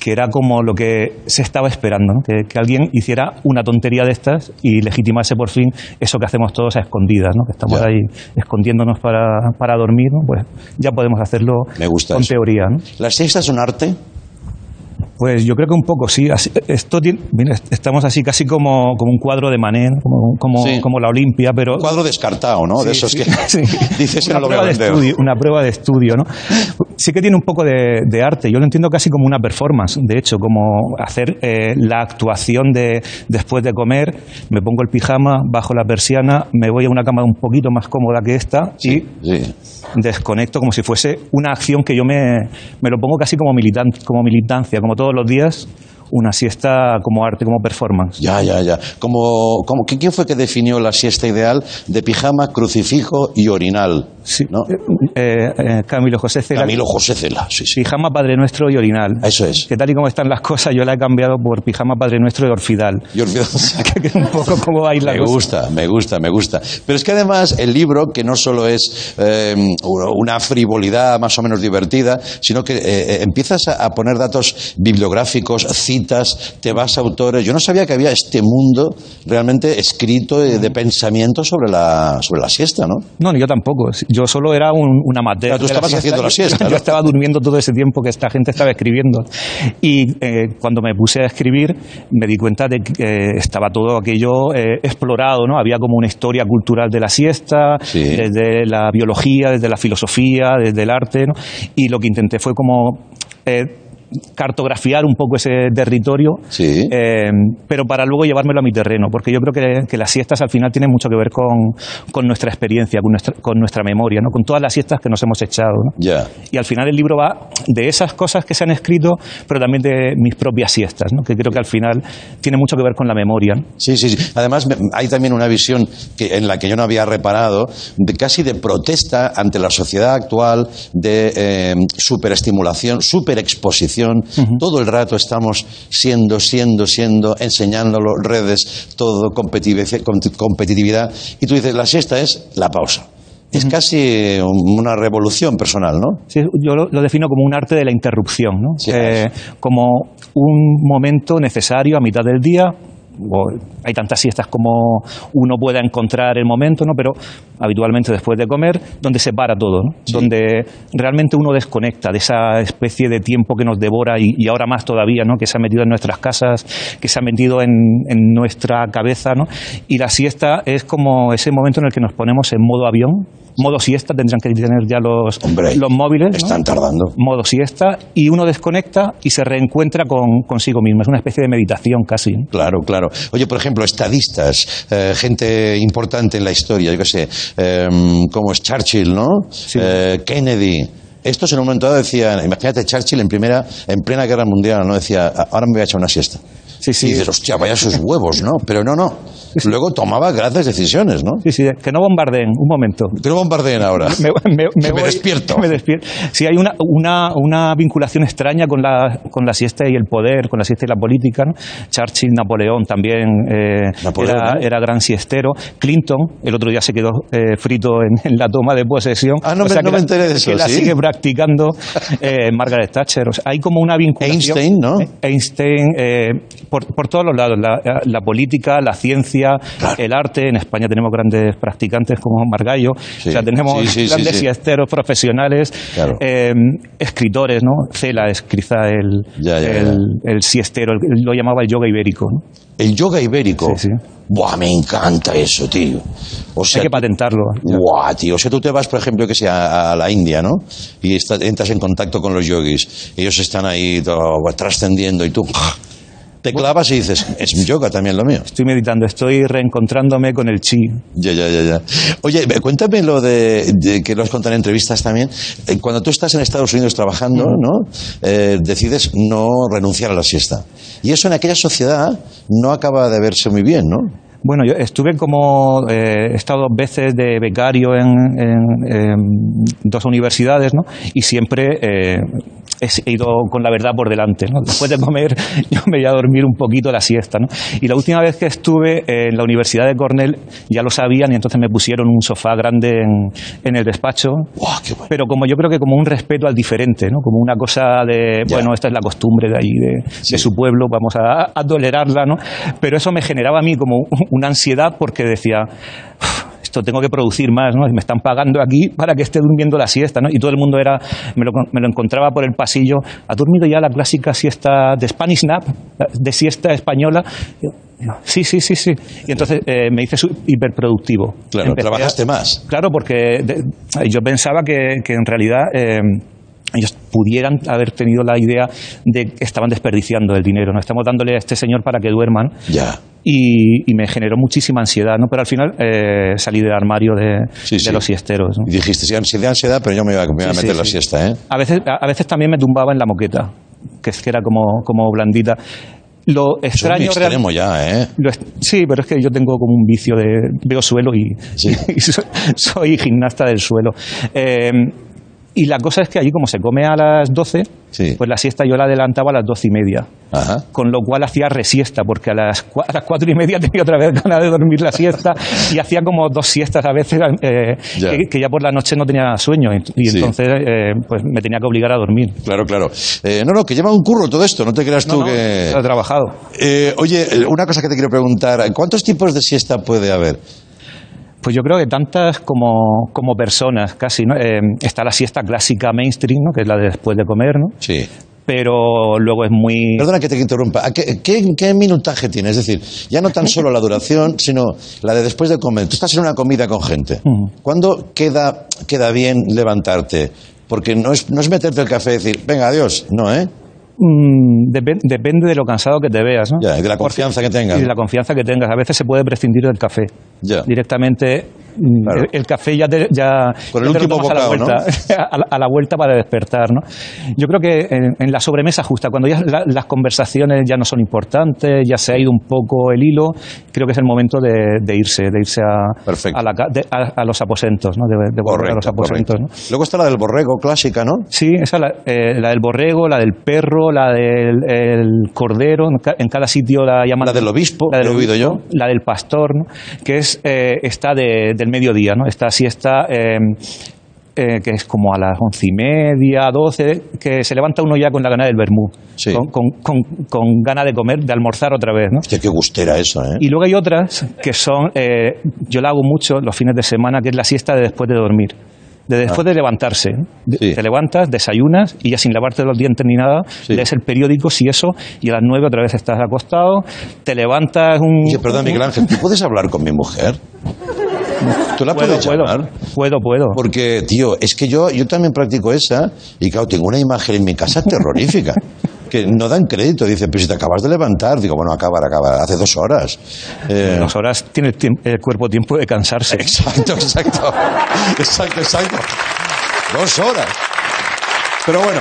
S9: que era como lo que se estaba esperando, ¿no? que, que alguien hiciera una tontería de estas y legitimase por fin eso que hacemos todos a escondidas, ¿no? que estamos
S2: Ya.
S9: ahí escondiéndonos para, para dormir, ¿no? pues ya podemos hacerlo
S2: Me gusta
S9: con
S2: eso.
S9: teoría. ¿no?
S2: ¿La siesta es un arte?
S9: Pues yo creo que un poco sí. Así- esto tiene- mira, est- estamos así casi como, como un cuadro de Manet, ¿no? como, como,
S2: Sí.
S9: como la Olimpia, pero
S2: Un cuadro descartado, ¿no? de
S9: Sí,
S2: esos
S9: sí, [LAUGHS]
S2: que
S9: sí.
S2: dices
S9: una
S2: no lo voy a
S9: prueba de
S2: vender".
S9: estudio, una prueba de estudio, ¿no? Sí que tiene un poco de, de arte. Yo lo entiendo casi como una performance. De hecho, como hacer eh, la actuación de después de comer, me pongo el pijama, bajo la persiana, me voy a una cama un poquito más cómoda que esta y
S2: Sí.
S9: desconecto como si fuese una acción que yo me, me lo pongo casi como, militan, como militancia, como todos los días, una siesta como arte, como performance.
S2: Ya, ya, ya. Como, como, ¿qui- ¿Quién fue que definió la siesta ideal de pijama, crucifijo y orinal?
S9: Sí,
S2: ¿no?
S9: eh, eh, Camilo José Cela.
S2: Camilo José Cela, sí, sí.
S9: Pijama Padre Nuestro y Orinal.
S2: Eso es.
S9: Que tal y como están las cosas, yo la he cambiado por Pijama Padre Nuestro y Orfidal. [LAUGHS]
S2: Y olvidado-
S9: que es un poco como va a ir la
S2: me
S9: cosa.
S2: gusta, me gusta, me gusta. Pero es que además el libro, que no solo es eh, una frivolidad más o menos divertida, sino que eh, eh, empiezas a, a poner datos bibliográficos, citas, te vas a autores. Yo no sabía que había este mundo realmente escrito de, de pensamiento sobre la, sobre la siesta, ¿no?
S9: No, ni yo tampoco. Yo solo era un, un
S2: Claro,
S9: amateur.
S2: tú
S9: de la
S2: estabas haciendo la siesta,
S9: [LAUGHS] Yo
S2: ¿no?
S9: estaba durmiendo todo ese tiempo que esta gente estaba escribiendo. Y eh, cuando me puse a escribir, me di cuenta de que eh, estaba todo aquello eh, explorado, ¿no? Había como una historia cultural de la siesta,
S2: Sí.
S9: desde la biología, desde la filosofía, desde el arte, ¿no? Y lo que intenté fue como. eh, cartografiar un poco ese territorio,
S2: Sí.
S9: eh, pero para luego llevármelo a mi terreno, porque yo creo que, que las siestas al final tienen mucho que ver con, con nuestra experiencia, con nuestra, con nuestra memoria, ¿no? con todas las siestas que nos hemos echado. ¿no?
S2: Ya.
S9: Y al final el libro va de esas cosas que se han escrito, pero también de mis propias siestas, ¿no? que creo que al final tiene mucho que ver con la memoria. ¿no?
S2: Sí, sí, sí. Además, me- hay también una visión que, en la que yo no había reparado, de, casi de protesta ante la sociedad actual, de eh, superestimulación, superexposición. Todo el rato estamos siendo, siendo, siendo, enseñándolo, redes, todo, competitividad, competitividad. Y tú dices, la siesta es la pausa. Es casi un- una revolución personal, ¿no?
S9: Sí, yo lo, lo defino como un arte de la interrupción, ¿no?
S2: Sí,
S9: Eh, como un momento necesario a mitad del día. o hay tantas siestas como uno pueda encontrar el momento, ¿no? Pero habitualmente después de comer, donde se para todo, ¿no? Donde realmente uno desconecta de esa especie de tiempo que nos devora y, y ahora más todavía, ¿no? Que se ha metido en nuestras casas, que se ha metido en, en nuestra cabeza, ¿no? Y la siesta es como ese momento en el que nos ponemos en modo avión, modo siesta tendrían que tener ya los,
S2: Hombre,
S9: los móviles, ¿no?
S2: Están tardando.
S9: modo siesta, y uno desconecta y se reencuentra con, consigo mismo. Es una especie de meditación casi. ¿no?
S2: Claro, claro. Oye, por ejemplo, estadistas, eh, gente importante en la historia, yo qué sé, eh, como es Churchill, ¿no? Eh, Kennedy. Estos en un momento dado decían, imagínate Churchill en primera, en plena guerra mundial, ¿no? Decía, "A- ahora me voy a echar una siesta.
S9: Sí, sí.
S2: Y dices, hostia, vaya sus huevos, ¿no? Pero no,
S9: [LAUGHS]
S2: no. Luego tomaba grandes decisiones, ¿no?
S9: Sí, sí, que no bombardeen, un momento.
S2: Que no bombardeen ahora.
S9: Me, me- me
S2: Que me
S9: voy-
S2: despierto.
S9: me despierto. Sí, hay una, una, una vinculación extraña con la, con la siesta y el poder, con la siesta y la política. ¿no? Churchill, Napoleón también eh,
S2: Napoleón,
S9: era,
S2: ¿no?
S9: era gran siestero. Clinton, el otro día se quedó eh, frito en, en la toma de posesión.
S2: Ah, no me- no
S9: que
S2: me
S9: la-
S2: enteré de eso,
S9: que la
S2: ¿sí?
S9: sigue practicando eh, Margaret Thatcher. O sea, hay como una vinculación.
S2: Einstein, ¿no?
S9: Einstein, eh, por, por todos los lados, la, la política, la ciencia, el arte. En España tenemos grandes practicantes como Margallo. o sea, tenemos
S2: sí, sí, sí,
S9: grandes
S2: sí.
S9: siesteros profesionales,
S2: Claro.
S9: eh, escritores, ¿no? Cela es quizá el,
S2: Ya, ya,
S9: el, el siestero, el- lo llamaba el yoga ibérico. ¿no?
S2: El yoga ibérico.
S9: Sí, sí.
S2: Buah, me encanta eso, tío. O sea,
S9: Hay que patentarlo.
S2: Guau, tío. O sea, tú te vas, por ejemplo, que sea a la India, ¿no? Y está- entras en contacto con los yogis. Ellos están ahí todo, trascendiendo y tú ¡ah! te clavas y dices, es yoga también lo mío.
S9: Estoy meditando, estoy reencontrándome con el chi.
S2: Ya, ya, ya, ya. Oye, ve, cuéntame lo de, de que lo has contado en entrevistas también. Eh, Cuando tú estás en Estados Unidos trabajando, ¿no? Eh, decides no renunciar a la siesta. Y eso en aquella sociedad no acaba de verse muy bien, ¿no?
S9: Bueno, yo estuve como, eh, he estado dos veces de becario en, en- en dos universidades, ¿no? Y siempre eh, he ido con la verdad por delante, ¿no? Después de comer, [LAUGHS] yo me voy a dormir un poquito la siesta, ¿no? Y la última vez que estuve en la Universidad de Cornell, ya lo sabían y entonces me pusieron un sofá grande en, en el despacho.
S2: Guau, qué bueno.
S9: Pero como yo creo que como un respeto al diferente, ¿no? Como una cosa de,
S2: Ya.
S9: bueno, esta es la costumbre de ahí, de,
S2: Sí.
S9: de su pueblo, vamos a, a tolerarla, ¿no? Pero eso me generaba a mí como [LAUGHS] una ansiedad porque decía, "Uf, esto tengo que producir más, ¿no? Me están pagando aquí para que esté durmiendo la siesta, ¿no? Y todo el mundo era, me lo, me lo encontraba por el pasillo, ¿ha dormido ya la clásica siesta de Spanish Nap, de siesta española? Y yo, Sí, sí, sí, sí. Y entonces eh, me hice su- hiperproductivo.
S2: Claro,
S9: Empecé a-
S2: trabajaste más.
S9: Claro, porque de- yo pensaba que, que en realidad eh, ellos pudieran haber tenido la idea de que estaban desperdiciando el dinero, no estamos dándole a este señor para que duerman.
S2: Ya.
S9: Y, y me generó muchísima ansiedad, ¿no? Pero al final eh, salí del armario de,
S2: Sí,
S9: de
S2: sí.
S9: los siesteros. ¿no?
S2: Y dijiste, sí, ansiedad, ansiedad, pero yo me iba, me iba a
S9: Sí,
S2: meter
S9: sí,
S2: la
S9: sí.
S2: siesta, ¿eh?
S9: A veces, a a veces también me tumbaba en la moqueta, que es que era como, como blandita.
S2: Eso
S9: Lo
S2: es muy
S9: extraño real-
S2: extremo ya, ¿eh?
S9: lo est- sí, pero es que yo tengo como un vicio de. Veo suelo y,
S2: Sí.
S9: [LAUGHS] y so- soy gimnasta del suelo. Eh, y la cosa es que allí, como se come a las 12,
S2: Sí.
S9: pues la siesta yo la adelantaba a las 12 y media.
S2: Ajá.
S9: Con lo cual hacía resiesta, porque a las, cua- a las cuatro y media tenía otra vez [LAUGHS] ganas de dormir la siesta y hacía como dos siestas a veces, eh,
S2: Ya.
S9: Que, que ya por la noche no tenía sueño y, y
S2: Sí.
S9: entonces eh, pues me tenía que obligar a dormir.
S2: Claro, claro. Eh, no, no, que lleva un curro todo esto, no te creas tú
S9: No, no,
S2: que...
S9: he trabajado.
S2: Eh, oye, eh, una cosa que te quiero preguntar, ¿cuántos tipos de siesta puede haber?
S9: Pues yo creo que tantas como, como personas, casi, ¿no? Eh, está la siesta clásica mainstream, ¿no? Que es la de después de comer, ¿no?
S2: Sí.
S9: Pero luego es muy...
S2: Perdona que te interrumpa. ¿A qué, qué- qué minutaje tiene? Es decir, ya no tan solo la duración, sino la de después de comer. Tú estás en una comida con gente.
S9: Mm.
S2: ¿Cuándo queda, queda bien levantarte? Porque no es, no es meterte el café y decir, venga, adiós. No, ¿eh?
S9: Mm, depen- depende de lo cansado que te veas, ¿no?
S2: Ya, de la confianza que tengas.
S9: Y de la confianza que tengas. A veces se puede prescindir del café.
S2: Ya.
S9: Directamente mm,
S2: Claro.
S9: el- el café ya te, ya,
S2: Con
S9: ya
S2: el
S9: te lo
S2: último
S9: tomas a la
S2: bocado, ¿no?
S9: vuelta, [LAUGHS] a, la, a la vuelta para despertar, ¿no? Yo creo que en, en la sobremesa justa, cuando ya la- las conversaciones ya no son importantes, ya se ha ido un poco el hilo, creo que es el momento de, de irse, de irse a,
S2: Perfecto.
S9: a, la ca- de- a- a los aposentos, ¿no? De, de volver a los
S2: Correcto,
S9: aposentos,
S2: correcto.
S9: ¿no?
S2: Luego está la del borrego clásica, ¿no?
S9: Sí, esa la, eh, la del borrego, la del perro, la del el cordero, en, ca- en cada sitio la llaman...
S2: La del obispo,
S9: la del
S2: he oído yo.
S9: La del pastor, ¿no? que es eh, esta de, de del mediodía, ¿no? Esta siesta eh, eh, que es como a las once y media, doce, que se levanta uno ya con la gana del vermú,
S2: Sí.
S9: con, con, con- con gana de comer, de almorzar otra vez, ¿no?
S2: Hostia, qué gustera eso, ¿eh?
S9: Y luego hay otras que son, eh, yo la hago mucho los fines de semana, que es la siesta de después de dormir. De después de levantarse. ¿eh? De-
S2: Ah. Sí.
S9: Te levantas, desayunas y ya sin lavarte los dientes ni nada, lees el periódico, si eso, y a las nueve otra vez estás acostado, te levantas un...
S2: Oye, perdón,
S9: un-
S2: Miguel Ángel,
S9: [LAUGHS]
S2: ¿tú puedes hablar con mi mujer? ¿Tú la
S9: Puedo,
S2: puedes
S9: puedo,
S2: llamar?
S9: puedo, puedo.
S2: Porque, tío, es que yo, yo también practico esa y, claro, tengo una imagen en mi casa terrorífica. Que no dan crédito, dice, pero si te acabas de levantar, digo, bueno, acabar, acabar, hace dos horas. Eh,
S9: Dos horas tiene el, tiemp- el cuerpo tiempo de cansarse.
S2: Exacto, exacto. Exacto, exacto. Dos horas. Pero bueno,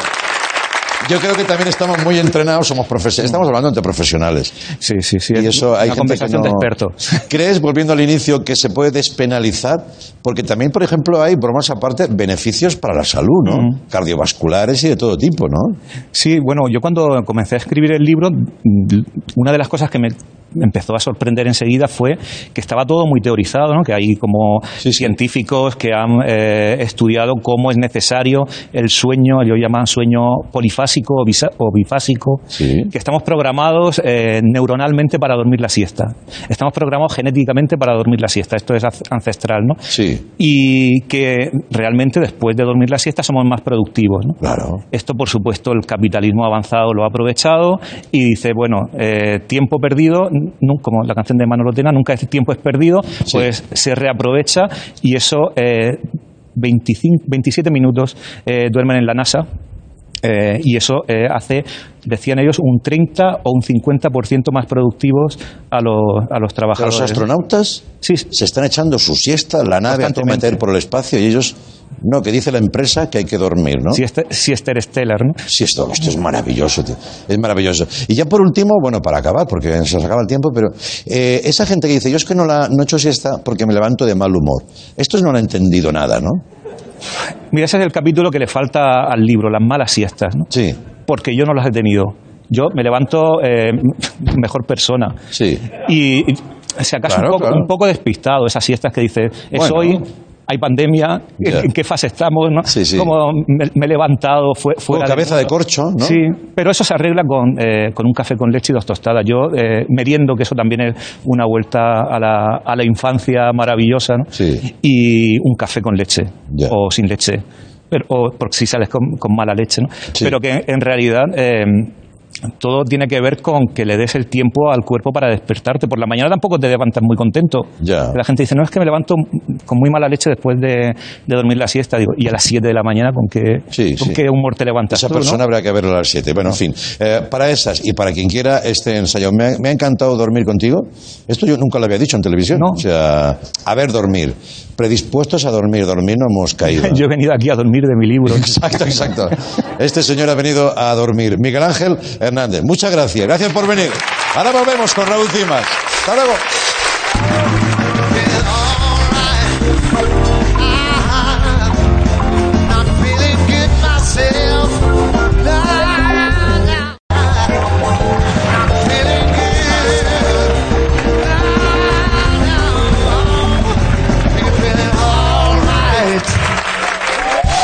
S2: yo creo que también estamos muy entrenados, somos profesionales. Estamos hablando entre profesionales.
S9: Sí, sí, sí.
S2: Y
S9: es
S2: eso hay gente
S9: una
S2: que
S9: conversación
S2: no-
S9: de expertos.
S2: ¿Crees, volviendo al inicio, que se puede despenalizar? Porque también, por ejemplo, hay, bromas aparte, beneficios para la salud, ¿no? Cardiovasculares y de todo tipo, ¿no?
S9: Sí, bueno, yo cuando comencé a escribir el libro, mm, una de las cosas que me empezó a sorprender enseguida fue que estaba todo muy teorizado, ¿no? que hay como científicos que han eh, estudiado cómo es necesario el sueño, ellos llaman sueño polifásico o, bisa- o bifásico,
S2: Sí.
S9: que estamos programados eh, neuronalmente para dormir la siesta, estamos programados genéticamente para dormir la siesta, esto es ac- ancestral, ¿no?
S2: Sí.
S9: Y que realmente después de dormir la siesta somos más productivos, ¿no?
S2: Claro.
S9: Esto, por supuesto, el capitalismo avanzado lo ha aprovechado y dice, bueno, eh, tiempo perdido, nu- como la canción de Manolo Tena, nunca es tiempo es perdido, pues se reaprovecha y eso, eh, 25, 27 minutos eh, duermen en la NASA. eh, y eso eh, hace, decían ellos, un 30 o un 50% más productivos a los, a los
S2: O sea,
S9: trabajadores.
S2: los astronautas
S9: Sí,
S2: se están echando su siesta, la nave a todo
S9: Constantemente.
S2: meter por el espacio y ellos... No, que dice la empresa que hay que dormir, ¿no?
S9: si Siester Stellar, ¿no?
S2: Sí, esto, esto es maravilloso, tío. Es maravilloso. Y ya por último, bueno, para acabar, porque se nos acaba el tiempo, pero eh, esa gente que dice, yo es que no la no echo siesta porque me levanto de mal humor. Estos no han entendido nada, ¿no?
S9: Mira, ese es el capítulo que le falta al libro, las malas siestas, ¿no?
S2: Sí,
S9: porque yo no las he tenido. Yo me levanto eh, [LAUGHS] mejor persona.
S2: sí.
S9: Y, y si acaso
S2: Claro,
S9: un, poco,
S2: claro.
S9: un poco despistado, esas siestas que dices, es
S2: Bueno.
S9: hoy, hay pandemia,
S2: Ya.
S9: ¿en qué fase estamos? ¿no?
S2: Sí, sí.
S9: ¿Cómo me, me he levantado fue, fuera
S2: Con cabeza de corcho, ¿no?
S9: Sí, pero eso se arregla con, eh, con un café con leche y dos tostadas. Yo eh, meriendo, que eso también es una vuelta a la, a la infancia maravillosa, ¿no?
S2: Sí.
S9: y un café con leche
S2: Ya.
S9: o sin leche, pero, o porque si sales con, con mala leche, ¿no?
S2: Sí.
S9: pero que en, en realidad... eh, todo tiene que ver con que le des el tiempo al cuerpo para despertarte. Por la mañana tampoco te levantas muy contento.
S2: Ya.
S9: La gente dice, no, es que me levanto con muy mala leche después de, de dormir la siesta. Digo, y a las 7 de la mañana, ¿con qué,
S2: Sí,
S9: con
S2: sí.
S9: qué humor te levantas
S2: Esa
S9: tú, no?
S2: persona habrá que verla a las 7. Bueno, en fin. Eh, para esas y para quien quiera este ensayo, me ha, me ha encantado dormir contigo. Esto yo nunca lo había dicho en televisión.
S9: No.
S2: O sea, a ver, dormir. Predispuestos a dormir, dormir no hemos caído.
S9: [LAUGHS] [LAUGHS] Yo he venido aquí a dormir de
S2: [LAUGHS]
S9: mi libro.
S2: Exacto, exacto. Este señor ha venido a dormir. Miguel Ángel Hernández, muchas gracias. Gracias por venir. Ahora volvemos con Raúl Cimas. Hasta luego.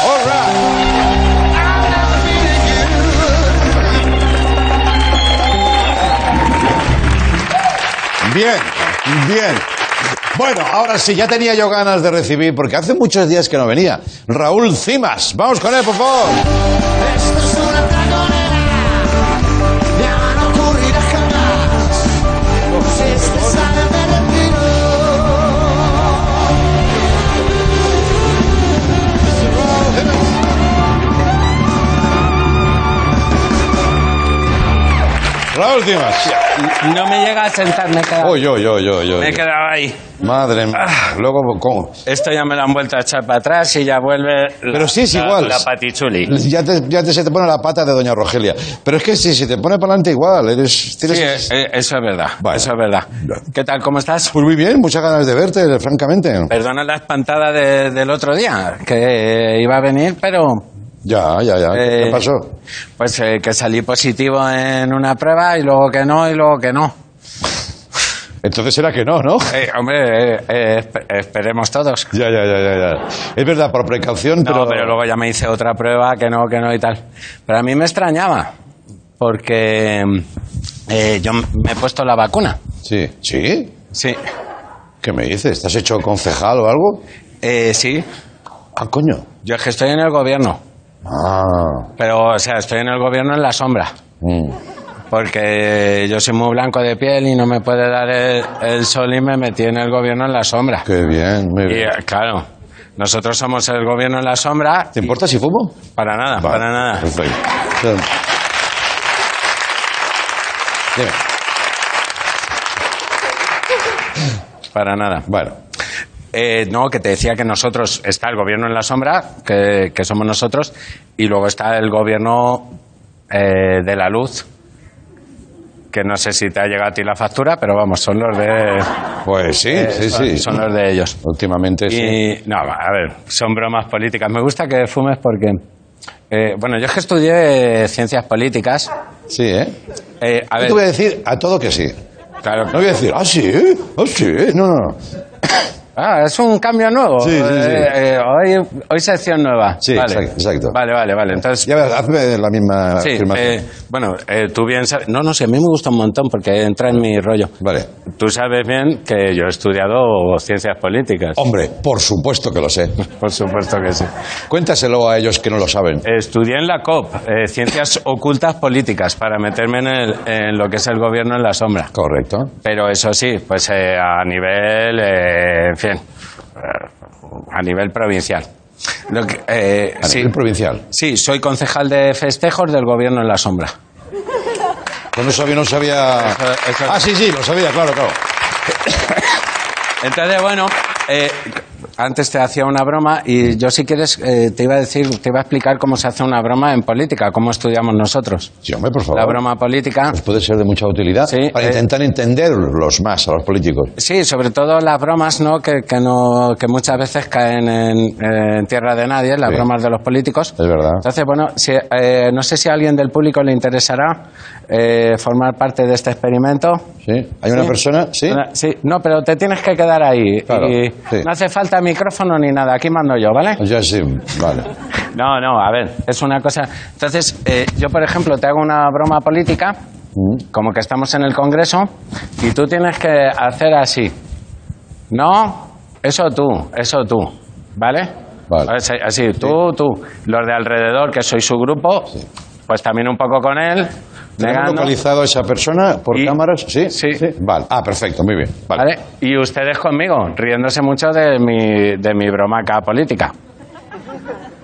S2: All right. Bien, bien. Bueno, ahora sí, ya tenía yo ganas de recibir, porque hace muchos días que no venía. Raúl Cimas, vamos con él, por favor.
S10: Esto es una taconera, ya no ocurrirá jamás. Si este sale me retiro.
S2: Raúl Cimas.
S8: No me llega a sentar, me he quedado,
S2: Oye, oye, oye, oye,
S8: me he
S2: oye.
S8: quedado ahí.
S2: Madre mía.
S8: Ah.
S2: Luego, ¿cómo?
S8: Esto ya me lo han vuelto a echar para atrás y ya vuelve la,
S2: Pero sí es
S8: la-
S2: igual.
S8: la patichuli.
S2: Ya, te, ya te- se te pone la pata de Doña Rogelia. Pero es que si se te pone para adelante igual, eres...
S8: Sí,
S2: tienes-
S8: eh, eh, eso es verdad,
S2: Vale.
S8: eso es verdad. ¿Qué tal, cómo estás?
S2: Pues muy bien, muchas ganas de verte, francamente.
S8: Perdona la espantada de- del otro día, que iba a venir, pero...
S2: Ya, ya, ya. ¿Qué
S8: eh,
S2: te pasó?
S8: Pues eh, que salí positivo en una prueba y luego que no, y luego que no.
S2: Entonces será que no, [LAUGHS] ¿no?
S8: Eh, hombre, eh, eh, esp- esperemos todos.
S2: Ya, ya, ya, ya, ya. Es verdad, por precaución,
S8: No, pero... luego ya me hice otra prueba que no, que no y tal. Pero a mí me extrañaba, porque eh, yo me he puesto la vacuna.
S2: Sí, sí.
S8: Sí.
S2: ¿Qué me dices? ¿Estás hecho concejal o algo?
S8: Eh, sí.
S2: Ah, coño.
S8: Yo es que estoy en el gobierno.
S2: Ah.
S8: Pero, o sea, estoy en el gobierno en la sombra.
S2: Mm.
S8: Porque yo soy muy blanco de piel y no me puede dar el, el sol y me metí en el gobierno en la sombra.
S2: Qué bien, muy
S8: Y
S2: bien.
S8: eh, claro, nosotros somos el gobierno en la sombra.
S2: ¿Te importa si fumo?
S8: Para nada,
S2: Vale,
S8: para nada.
S2: perfecto. Dime.
S8: Para nada.
S2: Bueno,
S8: Eh, no, que te decía que nosotros está el gobierno en la sombra, que, que somos nosotros, y luego está el gobierno eh, de la luz, que no sé si te ha llegado a ti la factura, pero vamos, son los de,
S2: pues sí,
S8: eh,
S2: sí,
S8: son-
S2: sí.
S8: son los de ellos.
S2: Últimamente sí.
S8: Y no, a ver, son bromas políticas. Me gusta que fumes porque, eh, bueno, yo es que estudié eh, ciencias políticas.
S2: Sí, ¿eh?
S8: Eh, a
S2: Yo
S8: ver,
S2: te voy a decir a todo que sí.
S8: claro,
S2: No voy a decir, ah, sí, ah, sí. No, no, no.
S8: Ah, es un cambio nuevo.
S2: Sí, sí, sí.
S8: Eh, eh, hoy, hoy sección nueva.
S2: Sí,
S8: vale.
S2: exacto, exacto.
S8: Vale, vale, vale. Entonces,
S2: Ya ves, hazme la misma
S8: sí,
S2: afirmación.
S8: eh, bueno, eh, tú bien sabes. No, no sé, a mí me gusta un montón porque entra en mi rollo.
S2: Vale.
S8: Tú sabes bien que yo he estudiado ciencias políticas.
S2: Hombre, por supuesto que lo sé.
S8: Por supuesto que sí.
S2: Cuéntaselo a ellos que no lo saben.
S8: Estudié en la COP, eh, Ciencias Ocultas Políticas, para meterme en, el- en lo que es el gobierno en la sombra.
S2: Correcto.
S8: Pero eso sí, pues eh, a nivel, eh, en fin, eh, a nivel provincial. Lo que- eh,
S2: A
S8: sí,
S2: nivel provincial.
S8: sí, soy concejal de festejos del gobierno en la sombra.
S2: Pues no sabía, no sabía.
S8: Eso- eso-
S2: Ah, sí, sí, lo sabía, claro, claro.
S8: Entonces, bueno, eh, antes te hacía una broma y yo si quieres eh, te iba a decir, te iba a explicar cómo se hace una broma en política, cómo estudiamos nosotros.
S2: Sí, hombre, por favor.
S8: La broma política.
S2: Pues puede ser de mucha utilidad
S8: Sí,
S2: para
S8: eh.
S2: intentar entenderlos más a los políticos.
S8: Sí, sobre todo las bromas, ¿no? Que, que no, que muchas veces caen en, en tierra de nadie, las
S2: Sí.
S8: bromas de los políticos.
S2: Es verdad.
S8: Entonces, bueno, si, eh, no sé si a alguien del público le interesará eh, formar parte de este experimento.
S2: ¿Sí? ¿Hay una
S8: Sí.
S2: persona? ¿Sí?
S8: Una- no, pero te tienes que quedar ahí.
S2: Claro,
S8: y
S2: sí.
S8: No hace falta micrófono ni nada, aquí mando yo, ¿vale?
S2: Pues Ya sí, vale.
S8: No, no, a ver, es una cosa. Entonces, eh, yo, por ejemplo, te hago una broma política,
S2: Mm.
S8: como que estamos en el Congreso, y tú tienes que hacer así. No, eso tú, eso tú, ¿vale?
S2: Vale.
S8: Así, así, tú, tú. Los de alrededor, que soy su grupo, pues también un poco con él,
S2: ¿Tenemos
S8: negando.
S2: localizado a esa persona por
S8: Y-
S2: cámaras? ¿Sí?
S8: Sí.
S2: Vale. Ah, perfecto, muy bien. Vale.
S8: ¿Vale? Y ustedes conmigo, riéndose mucho de mi, de mi broma acá política.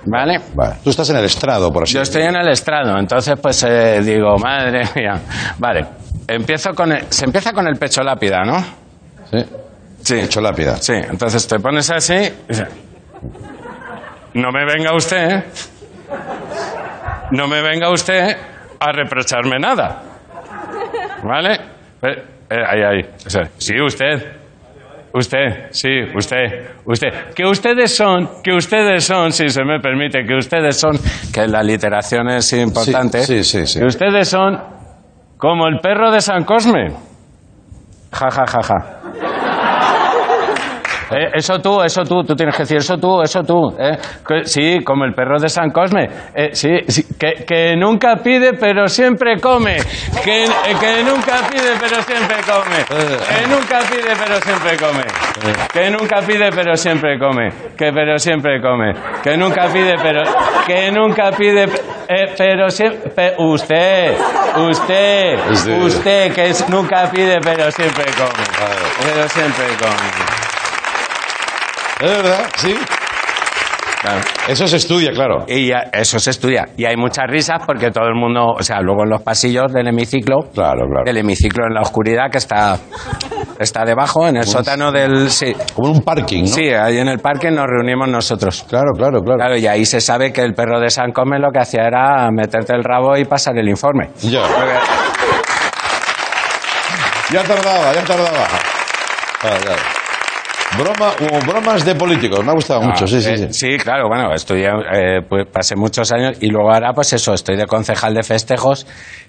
S8: ¿Vale?
S2: Vale. Tú estás en el estrado, por así
S8: Yo estoy en el estrado, entonces pues eh, digo, madre mía. Vale, empiezo con el- se empieza con el pecho lápida, ¿no?
S2: decirlo.
S8: Sí.
S2: Sí. Hecho lápida.
S8: Sí, entonces te pones así y dices, no me venga usted, ¿eh? no me venga usted a reprocharme nada. ¿Vale? Eh, eh, ahí, ahí. O sea, sí, usted. Usted, sí, usted, usted. Que ustedes son, que ustedes son, si se me permite, que ustedes son, que la literación es importante.
S2: Sí, sí, sí, sí.
S8: Que ustedes son como el perro de San Cosme. Ja, ja, ja, ja. Eh, eso tú, eso tú, tú tienes que decir eso tú, eso tú. eh. Que- sí, como el perro de San Cosme. Eh, sí, sí, que, que nunca pide pero siempre come. Que, eh, que nunca pide pero siempre come. Que nunca pide pero siempre come. Que nunca pide pero siempre come. Que pero siempre come. Que nunca pide pero... Que nunca pide eh, pero siempre... usted, usted,
S2: Sí.
S8: usted, que es- nunca pide pero siempre come.
S2: Claro.
S8: Pero siempre come.
S2: ¿Es verdad? Sí. Eso se estudia, claro.
S8: Y ya- eso se estudia. Y hay muchas risas porque todo el mundo, o sea, luego en los pasillos del hemiciclo,
S2: Claro, claro.
S8: del hemiciclo en la oscuridad que está, está debajo, en el sótano del... Sí,
S2: Como en un parking, Pues ¿no?
S8: sí, ahí en el parque nos reunimos nosotros.
S2: Claro, claro, claro.
S8: Claro, y ahí se sabe que el perro de San Come lo que hacía era meterte el rabo y pasar el informe.
S2: Ya, ya tardaba, ya tardaba. Claro, claro. Broma, o bromas de políticos, me ha gustado mucho, sí, sí,
S8: Eh,
S2: sí.
S8: Sí, claro, bueno, estudié, eh, pues, pasé muchos años y luego ahora, pues eso, estoy de concejal de festejos,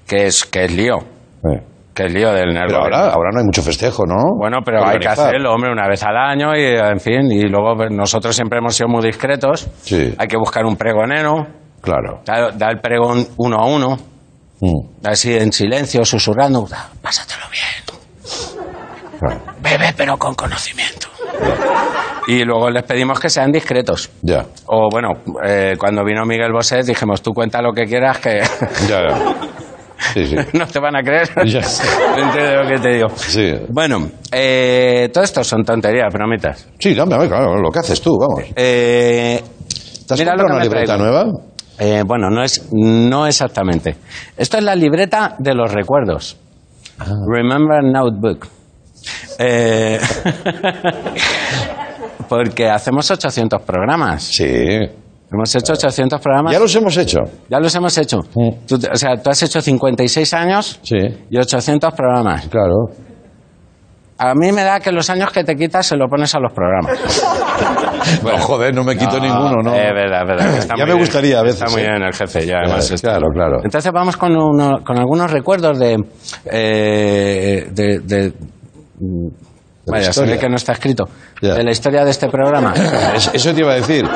S8: que es, que es lío.
S2: Eh.
S8: Qué lío del nerd.
S2: Pero ahora, ahora no hay mucho festejo, ¿no?
S8: Bueno, pero hay que
S2: Organizar.
S8: hacerlo, hombre, una vez al año y, en fin, y luego pues, nosotros siempre hemos sido muy discretos.
S2: Sí.
S8: Hay que buscar un pregonero,
S2: Claro.
S8: da, da el pregón uno a uno,
S2: Mm,
S8: así en silencio, susurrando, "Da, pásatelo bien,
S2: claro.
S8: bebe pero con conocimiento. Y luego les pedimos que sean discretos.
S2: Ya.
S8: O bueno, eh, cuando vino Miguel Bosé dijimos, tú cuenta lo que quieras que
S2: Ya, ya. Sí, sí.
S8: [LAUGHS] no te van a creer.
S2: [LAUGHS] Ya.
S8: Entiendo lo que te digo.
S2: Sí.
S8: Bueno, eh, todo esto son tonterías, bromitas.
S2: Sí, no, hombre, claro, lo que haces tú, vamos.
S8: Eh,
S2: ¿Te has
S8: mira
S2: comprado
S8: lo que
S2: una
S8: me
S2: libreta
S8: traigo.
S2: nueva?
S8: Eh, bueno, no es no exactamente. Esto es la libreta de los recuerdos.
S2: Ah.
S8: Remember Notebook. Eh, [LAUGHS] porque hacemos 800 programas.
S2: Sí.
S8: Hemos hecho 800 programas.
S2: Ya los hemos hecho.
S8: Ya los hemos hecho.
S2: Sí.
S8: Tú te- o sea, tú has hecho 56 años
S2: Sí.
S8: y 800 programas.
S2: Claro.
S8: A mí me da que los años que te quitas se lo pones a los programas.
S2: no, joder, no me quito
S8: Ah,
S2: ninguno, ¿no?
S8: Es verdad, es verdad. Está
S2: Ya
S8: muy
S2: me
S8: bien.
S2: gustaría a veces,
S8: Está muy
S2: ¿eh?
S8: bien el jefe, ya además. está-
S2: claro, claro.
S8: Entonces vamos con, uno- con algunos recuerdos de... eh, de, de- vaya, se ve
S2: historia.
S8: que no está escrito.
S2: Ya.
S8: De la historia de este [LAUGHS] programa.
S2: Es- Eso te iba a decir.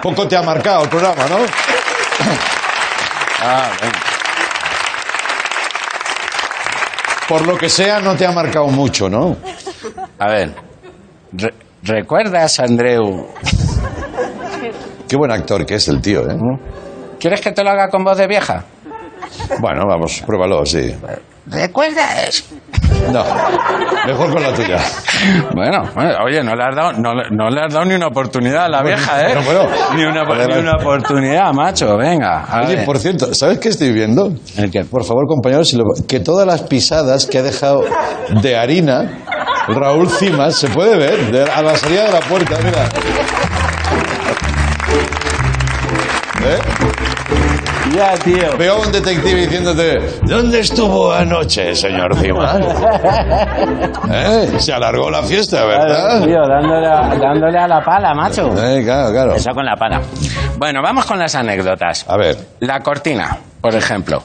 S2: Poco te ha marcado el programa, ¿no?
S8: Ah, bueno.
S2: Por lo que sea, no te ha marcado mucho, ¿no?
S8: a ver. Re- ¿Recuerdas, Andreu?
S2: Qué buen actor que es el tío, ¿eh?
S8: ¿Quieres que te lo haga con voz de vieja?
S2: Bueno, vamos, pruébalo, sí.
S8: ¿Recuerdas?
S2: No, mejor con la tuya.
S8: Bueno, bueno, oye, no le has dado, no, le- no le has dado ni una oportunidad a la vieja, [LAUGHS] ¿eh?
S2: Bueno, bueno.
S8: ni, una,
S2: Vale,
S8: ni
S2: vale.
S8: una oportunidad, macho, venga. a
S2: Oye,
S8: ver.
S2: por cierto, ¿sabes qué estoy viendo?
S8: ¿El qué?
S2: Por favor, compañeros, si lo- que todas las pisadas que ha dejado de harina Raúl Cimas se puede ver de- a la salida de la puerta, mira. ¿Eh?
S8: Ya, tío.
S2: Veo a un detective diciéndote, ¿dónde estuvo anoche, señor Cimas? ¿Eh? Se alargó la fiesta,
S8: Claro, tío,
S2: ¿verdad?
S8: dándole a, dándole a la pala, macho.
S2: Eh, claro, claro.
S8: Eso con la pala. Bueno, vamos con las anécdotas.
S2: A ver,
S8: La cortina, por ejemplo.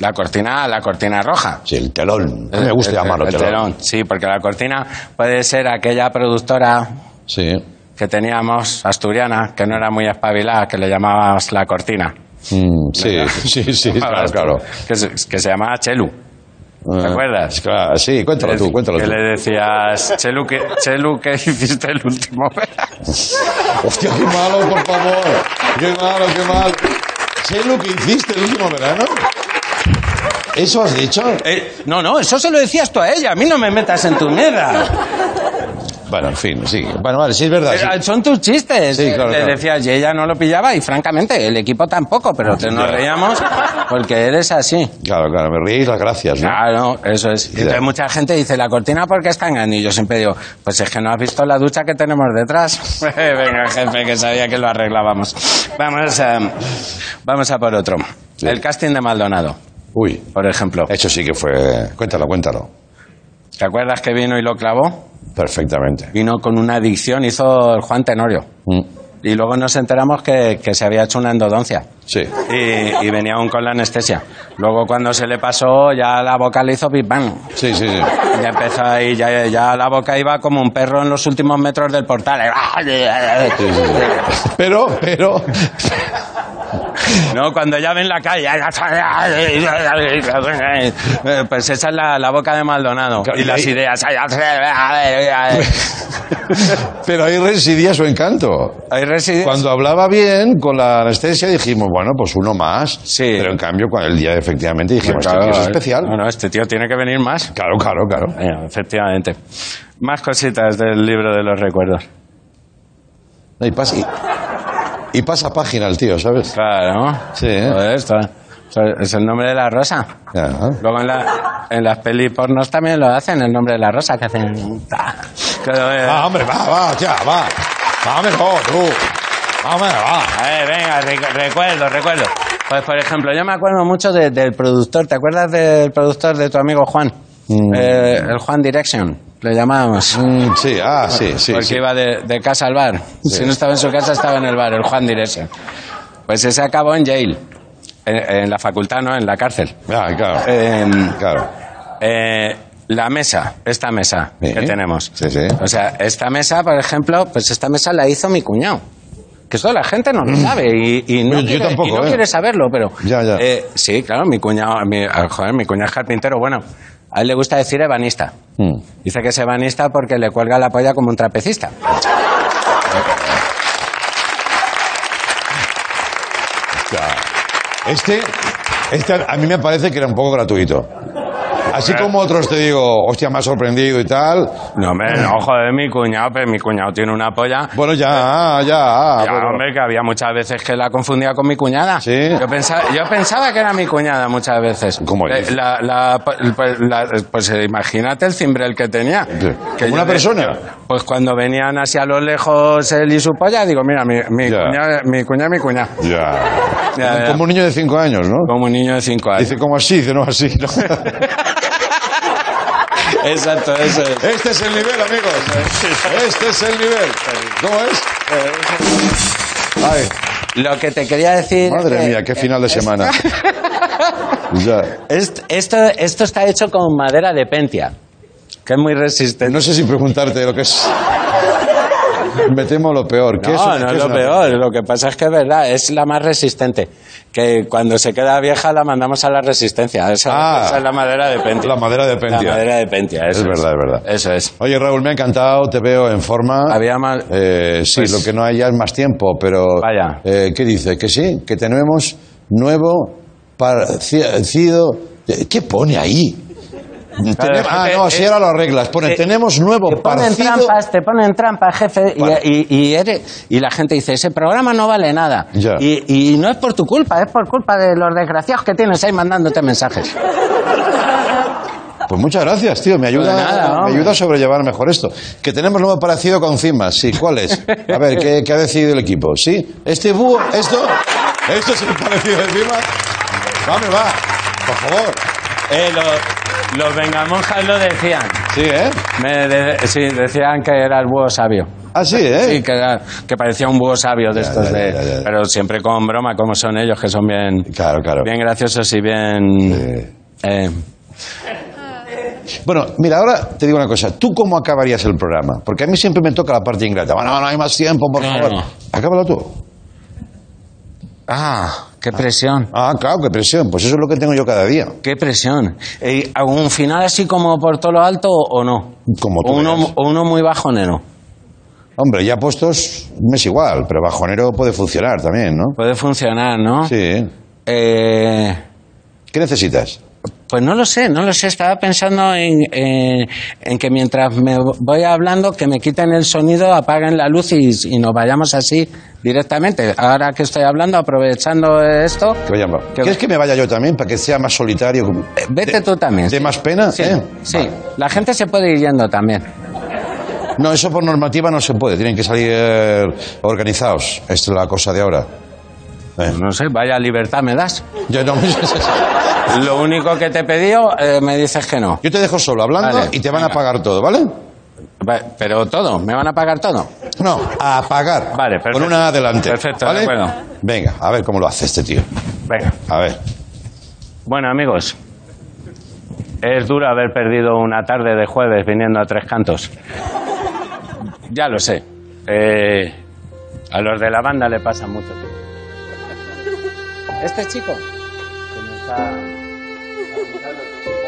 S8: La cortina, la cortina roja.
S2: sí, el telón. A mí me gusta
S8: El- el-
S2: llamarlo
S8: el
S2: telón.
S8: telón. Sí, porque la cortina puede ser aquella productora
S2: Sí.
S8: que teníamos, asturiana, que no era muy espabilada, que le llamabas la cortina.
S2: Mm, sí, [LAUGHS] sí, sí,
S8: [LAUGHS]
S2: claro, claro.
S8: Que se, que se llamaba Chelu. ¿Te
S2: Ah,
S8: acuerdas?
S2: claro, sí, cuéntalo tú, cuéntalo
S8: que
S2: tú.
S8: le decías, Chelu, ¿qué, Chelu, ¿qué [LAUGHS] hiciste el último verano?
S2: Hostia, qué malo, por favor. Qué malo, qué malo. ¿Sé lo que hiciste el último verano? ¿Eso has dicho?
S8: Eh, no, no, eso se lo decías tú a ella. A mí no me metas en tu mierda.
S2: Bueno, en fin, sí. Bueno, vale, sí, es verdad. Ah, sí.
S8: Eh, Son tus chistes.
S2: Sí, claro,
S8: Le
S2: claro.
S8: decías, y ella no lo pillaba, y francamente, el equipo tampoco, pero te nos
S2: Ya.
S8: reíamos porque eres así.
S2: Claro, claro, me ríais las gracias, ¿no?
S8: Claro, eso es. Y Entonces mucha gente dice, la cortina porque está grande. Y yo siempre digo, pues es que no has visto la ducha que tenemos detrás. [LAUGHS] Venga, jefe, que sabía que lo arreglábamos. Vamos a, vamos a por otro.
S2: Sí.
S8: El casting de Maldonado,
S2: Uy,
S8: por ejemplo.
S2: eso sí que fue... Cuéntalo, cuéntalo.
S8: ¿Te acuerdas que vino y lo clavó?
S2: Perfectamente.
S8: Vino con una adicción, hizo el Juan Tenorio.
S2: Mm,
S8: Y luego nos enteramos que, que se había hecho una endodoncia.
S2: Sí.
S8: Y, y venía aún con la anestesia. Luego cuando se le pasó, ya la boca le hizo Big Bang.
S2: Sí, sí, sí.
S8: Ya empezó ahí, ya, ya la boca iba como un perro en los últimos metros del portal.
S2: Sí, sí, sí. Pero, pero...
S8: No, cuando ya ven la calle. Eh, Pues esa es la, la boca de Maldonado.
S2: Claro,
S8: Y
S2: y
S8: las
S2: ahí-
S8: ideas.
S2: Pero ahí residía su encanto.
S8: Ahí [LAUGHS] reside.
S2: Cuando hablaba bien, con la anestesia dijimos, bueno, pues uno más.
S8: Sí.
S2: Pero en cambio, cuando el día efectivamente dijimos,
S8: Claro,
S2: "Este tío es
S8: eh.
S2: especial.
S8: No, no, este tío tiene que venir más.
S2: Claro, claro, claro.
S8: Eh, efectivamente. Más cositas del libro de los recuerdos.
S2: No, y, pasa, y, y pasa página el tío, ¿sabes?
S8: Claro.
S2: Sí, ¿eh?
S8: Joder, esto- esto es el nombre de la rosa.
S2: Ajá.
S8: Luego en, la- en las pelis pornos también lo hacen, el nombre de la rosa, que hacen... eh, Que lo-
S2: Ah, hombre, va, va, ya, va. Va mejor, tú. Va, hombre, va.
S8: A ver, venga, rec- recuerdo, recuerdo. Pues, por ejemplo, yo me acuerdo mucho de- del productor. ¿Te acuerdas del productor de tu amigo Juan? Eh, el Juan Direction, le llamábamos.
S2: Mm, Sí, ah, sí, sí.
S8: porque
S2: sí.
S8: iba de, de casa al bar. Si no estaba en su casa, estaba en el bar, el Juan Direction. Pues ese acabó en jail. En, en la facultad, no, en la cárcel.
S2: Ah, claro.
S8: En-
S2: Claro.
S8: Eh, la mesa, esta mesa
S2: Sí.
S8: que tenemos.
S2: Sí, sí.
S8: O sea, esta mesa, por ejemplo, pues esta mesa la hizo mi cuñado. Que esto la gente no lo sabe y, y
S2: Mm.
S8: no,
S2: Yo- yo
S8: quiere,
S2: tampoco,
S8: y no
S2: ¿eh?
S8: quiere saberlo, pero...
S2: Ya, ya.
S8: eh, sí, claro, mi cuñado, mi, ah, joder, mi cuñado es carpintero, bueno, a él le gusta decir ebanista.
S2: Mm.
S8: Dice que es ebanista porque le cuelga la polla como un trapecista.
S2: Este, este a mí me parece que era un poco gratuito. Así como otros te digo, hostia, me ha sorprendido y tal.
S8: No,
S2: [LAUGHS]
S8: hombre, no, joder, mi cuñado, pero mi cuñado tiene una polla
S2: Bueno, ya, ya.
S8: Ya,
S2: pero-
S8: hombre, que había muchas veces que la confundía con mi cuñada.
S2: Sí.
S8: Yo pensaba, yo pensaba que era mi cuñada muchas veces.
S2: ¿Cómo
S8: Eh,
S2: dices?
S8: la- la- pues, la- pues, eh, imagínate el cimbrel que tenía.
S2: ¿Como
S8: yo
S2: una
S8: de-
S2: persona?
S8: pues cuando venían hacia lo lejos él y su polla, digo, mira, mi, mi
S2: Ya.
S8: cuñada, mi cuñada, mi cuñada.
S2: Ya.
S8: Ya, ya.
S2: Como un niño de cinco años, ¿no?
S8: Como un niño de cinco años.
S2: Dice, como así? Dice, no, así.
S8: [LAUGHS]
S2: ¿no?
S8: Exacto, eso es.
S2: Este es el nivel, [LAUGHS] amigos. Este es el nivel. ¿Cómo es? Ay,
S8: Lo que te quería decir. es
S2: madre
S8: que-
S2: mía, qué final de semana. Ya.
S8: Est- Esto, esto está hecho con madera de pentia, que es muy resistente.
S2: No sé si preguntarte lo que es. Me temo lo peor. ¿Qué
S8: No,
S2: es,
S8: no
S2: qué
S8: es lo
S2: una-
S8: peor. Lo que pasa es que es verdad, es la más resistente. Que cuando se queda vieja la mandamos a la resistencia. Esa,
S2: Ah.
S8: esa es la madera de pentia.
S2: La madera de pentia.
S8: La madera de pentia, Eh. eso
S2: Es verdad, es verdad.
S8: Eso es.
S2: Oye, Raúl, me ha encantado, te veo en forma.
S8: Había más-
S2: Eh, sí,
S8: pues-
S2: lo que no hay ya es más tiempo, pero...
S8: Vaya.
S2: Eh, ¿Qué dice? ¿Que sí? ¿Que tenemos nuevo parecido? Eh, ¿Qué pone ahí? Tenem-
S8: es que
S2: ah,
S8: te-
S2: no, si
S8: es-
S2: ahora lo arreglas. Pone,
S8: te-
S2: tenemos nuevo
S8: Te ponen
S2: partido...
S8: trampas, te ponen trampas, jefe, y-
S2: Vale.
S8: y, y eres- y la gente dice, ese programa no vale nada.
S2: Ya.
S8: Y, y no es por tu culpa, es por culpa de los desgraciados que tienes ahí mandándote mensajes.
S2: Pues muchas gracias, tío. Me ayuda,
S8: Pues nada,
S2: me
S8: hombre.
S2: ayuda a sobrellevar mejor esto. Que tenemos nuevo parecido con cimas. Sí, ¿cuál es? A ver, ¿qué, qué ha decidido el equipo? ¿Sí? ¿Este búho? ¿Esto? ¿Esto es el parecido de cimas? Vamos, va. Por favor.
S8: los, vengamonjas Eh, lo decían.
S2: Sí, ¿eh?
S8: sí, decían que era el búho sabio.
S2: Ah, sí, ¿eh?
S8: Sí, que, era- que parecía un búho sabio de
S2: Ya,
S8: estos
S2: ya,
S8: de...
S2: ya, ya, ya.
S8: Pero siempre con broma, como son ellos, que son bien...
S2: Claro, claro.
S8: Bien graciosos y bien...
S2: Sí.
S8: eh,
S2: Bueno, mira, ahora te digo una cosa. ¿Tú cómo acabarías el programa? Porque a mí siempre me toca la parte ingrata. Bueno, no hay más tiempo, por
S8: Claro.
S2: favor. Acábalo tú.
S8: Ah, qué presión.
S2: Ah, claro, qué presión. Pues eso es lo que tengo yo cada día.
S8: Qué presión. Eh, ¿a ¿Un final así como por todo lo alto o no?
S2: Como tú
S8: O uno,
S2: veas.
S8: o uno muy bajonero.
S2: Hombre, ya puestos, me es igual, pero bajonero puede funcionar también, ¿no?
S8: Puede funcionar, ¿no?
S2: Sí.
S8: Eh,
S2: ¿Qué necesitas?
S8: pues no lo sé, no lo sé. Estaba pensando en, eh, en que mientras me voy hablando, que me quiten el sonido, apaguen la luz y, y nos vayamos así directamente. Ahora que estoy hablando, aprovechando esto,
S2: Que vaya-
S8: Que-
S2: ¿Quieres que me vaya yo también para que sea más solitario?
S8: eh, vete tú también.
S2: ¿De
S8: sí.
S2: más pena?
S8: Sí,
S2: ¿Eh?
S8: sí. la gente se puede ir yendo también.
S2: No, eso por normativa no se puede. Tienen que salir eh, organizados. Esta es la cosa de ahora. Eh,
S8: No sé, vaya libertad me das.
S2: Yo,
S8: [LAUGHS]
S2: no- [LAUGHS]
S8: Lo único que te he pedido, eh, me dices que no.
S2: Yo te dejo solo hablando
S8: Vale,
S2: y te van a
S8: venga.
S2: pagar todo, ¿vale?
S8: Va- Pero todo, ¿me van a pagar todo?
S2: No, a pagar.
S8: Vale, perfecto.
S2: Con una adelante.
S8: Perfecto, de
S2: ¿vale?
S8: acuerdo.
S2: Venga, a ver cómo lo hace este tío.
S8: Venga.
S2: A ver.
S8: Bueno, amigos, es duro haber perdido una tarde de jueves viniendo a tres cantos. Ya lo sé. Eh, a los de la banda le pasa mucho. Este chico. que me está-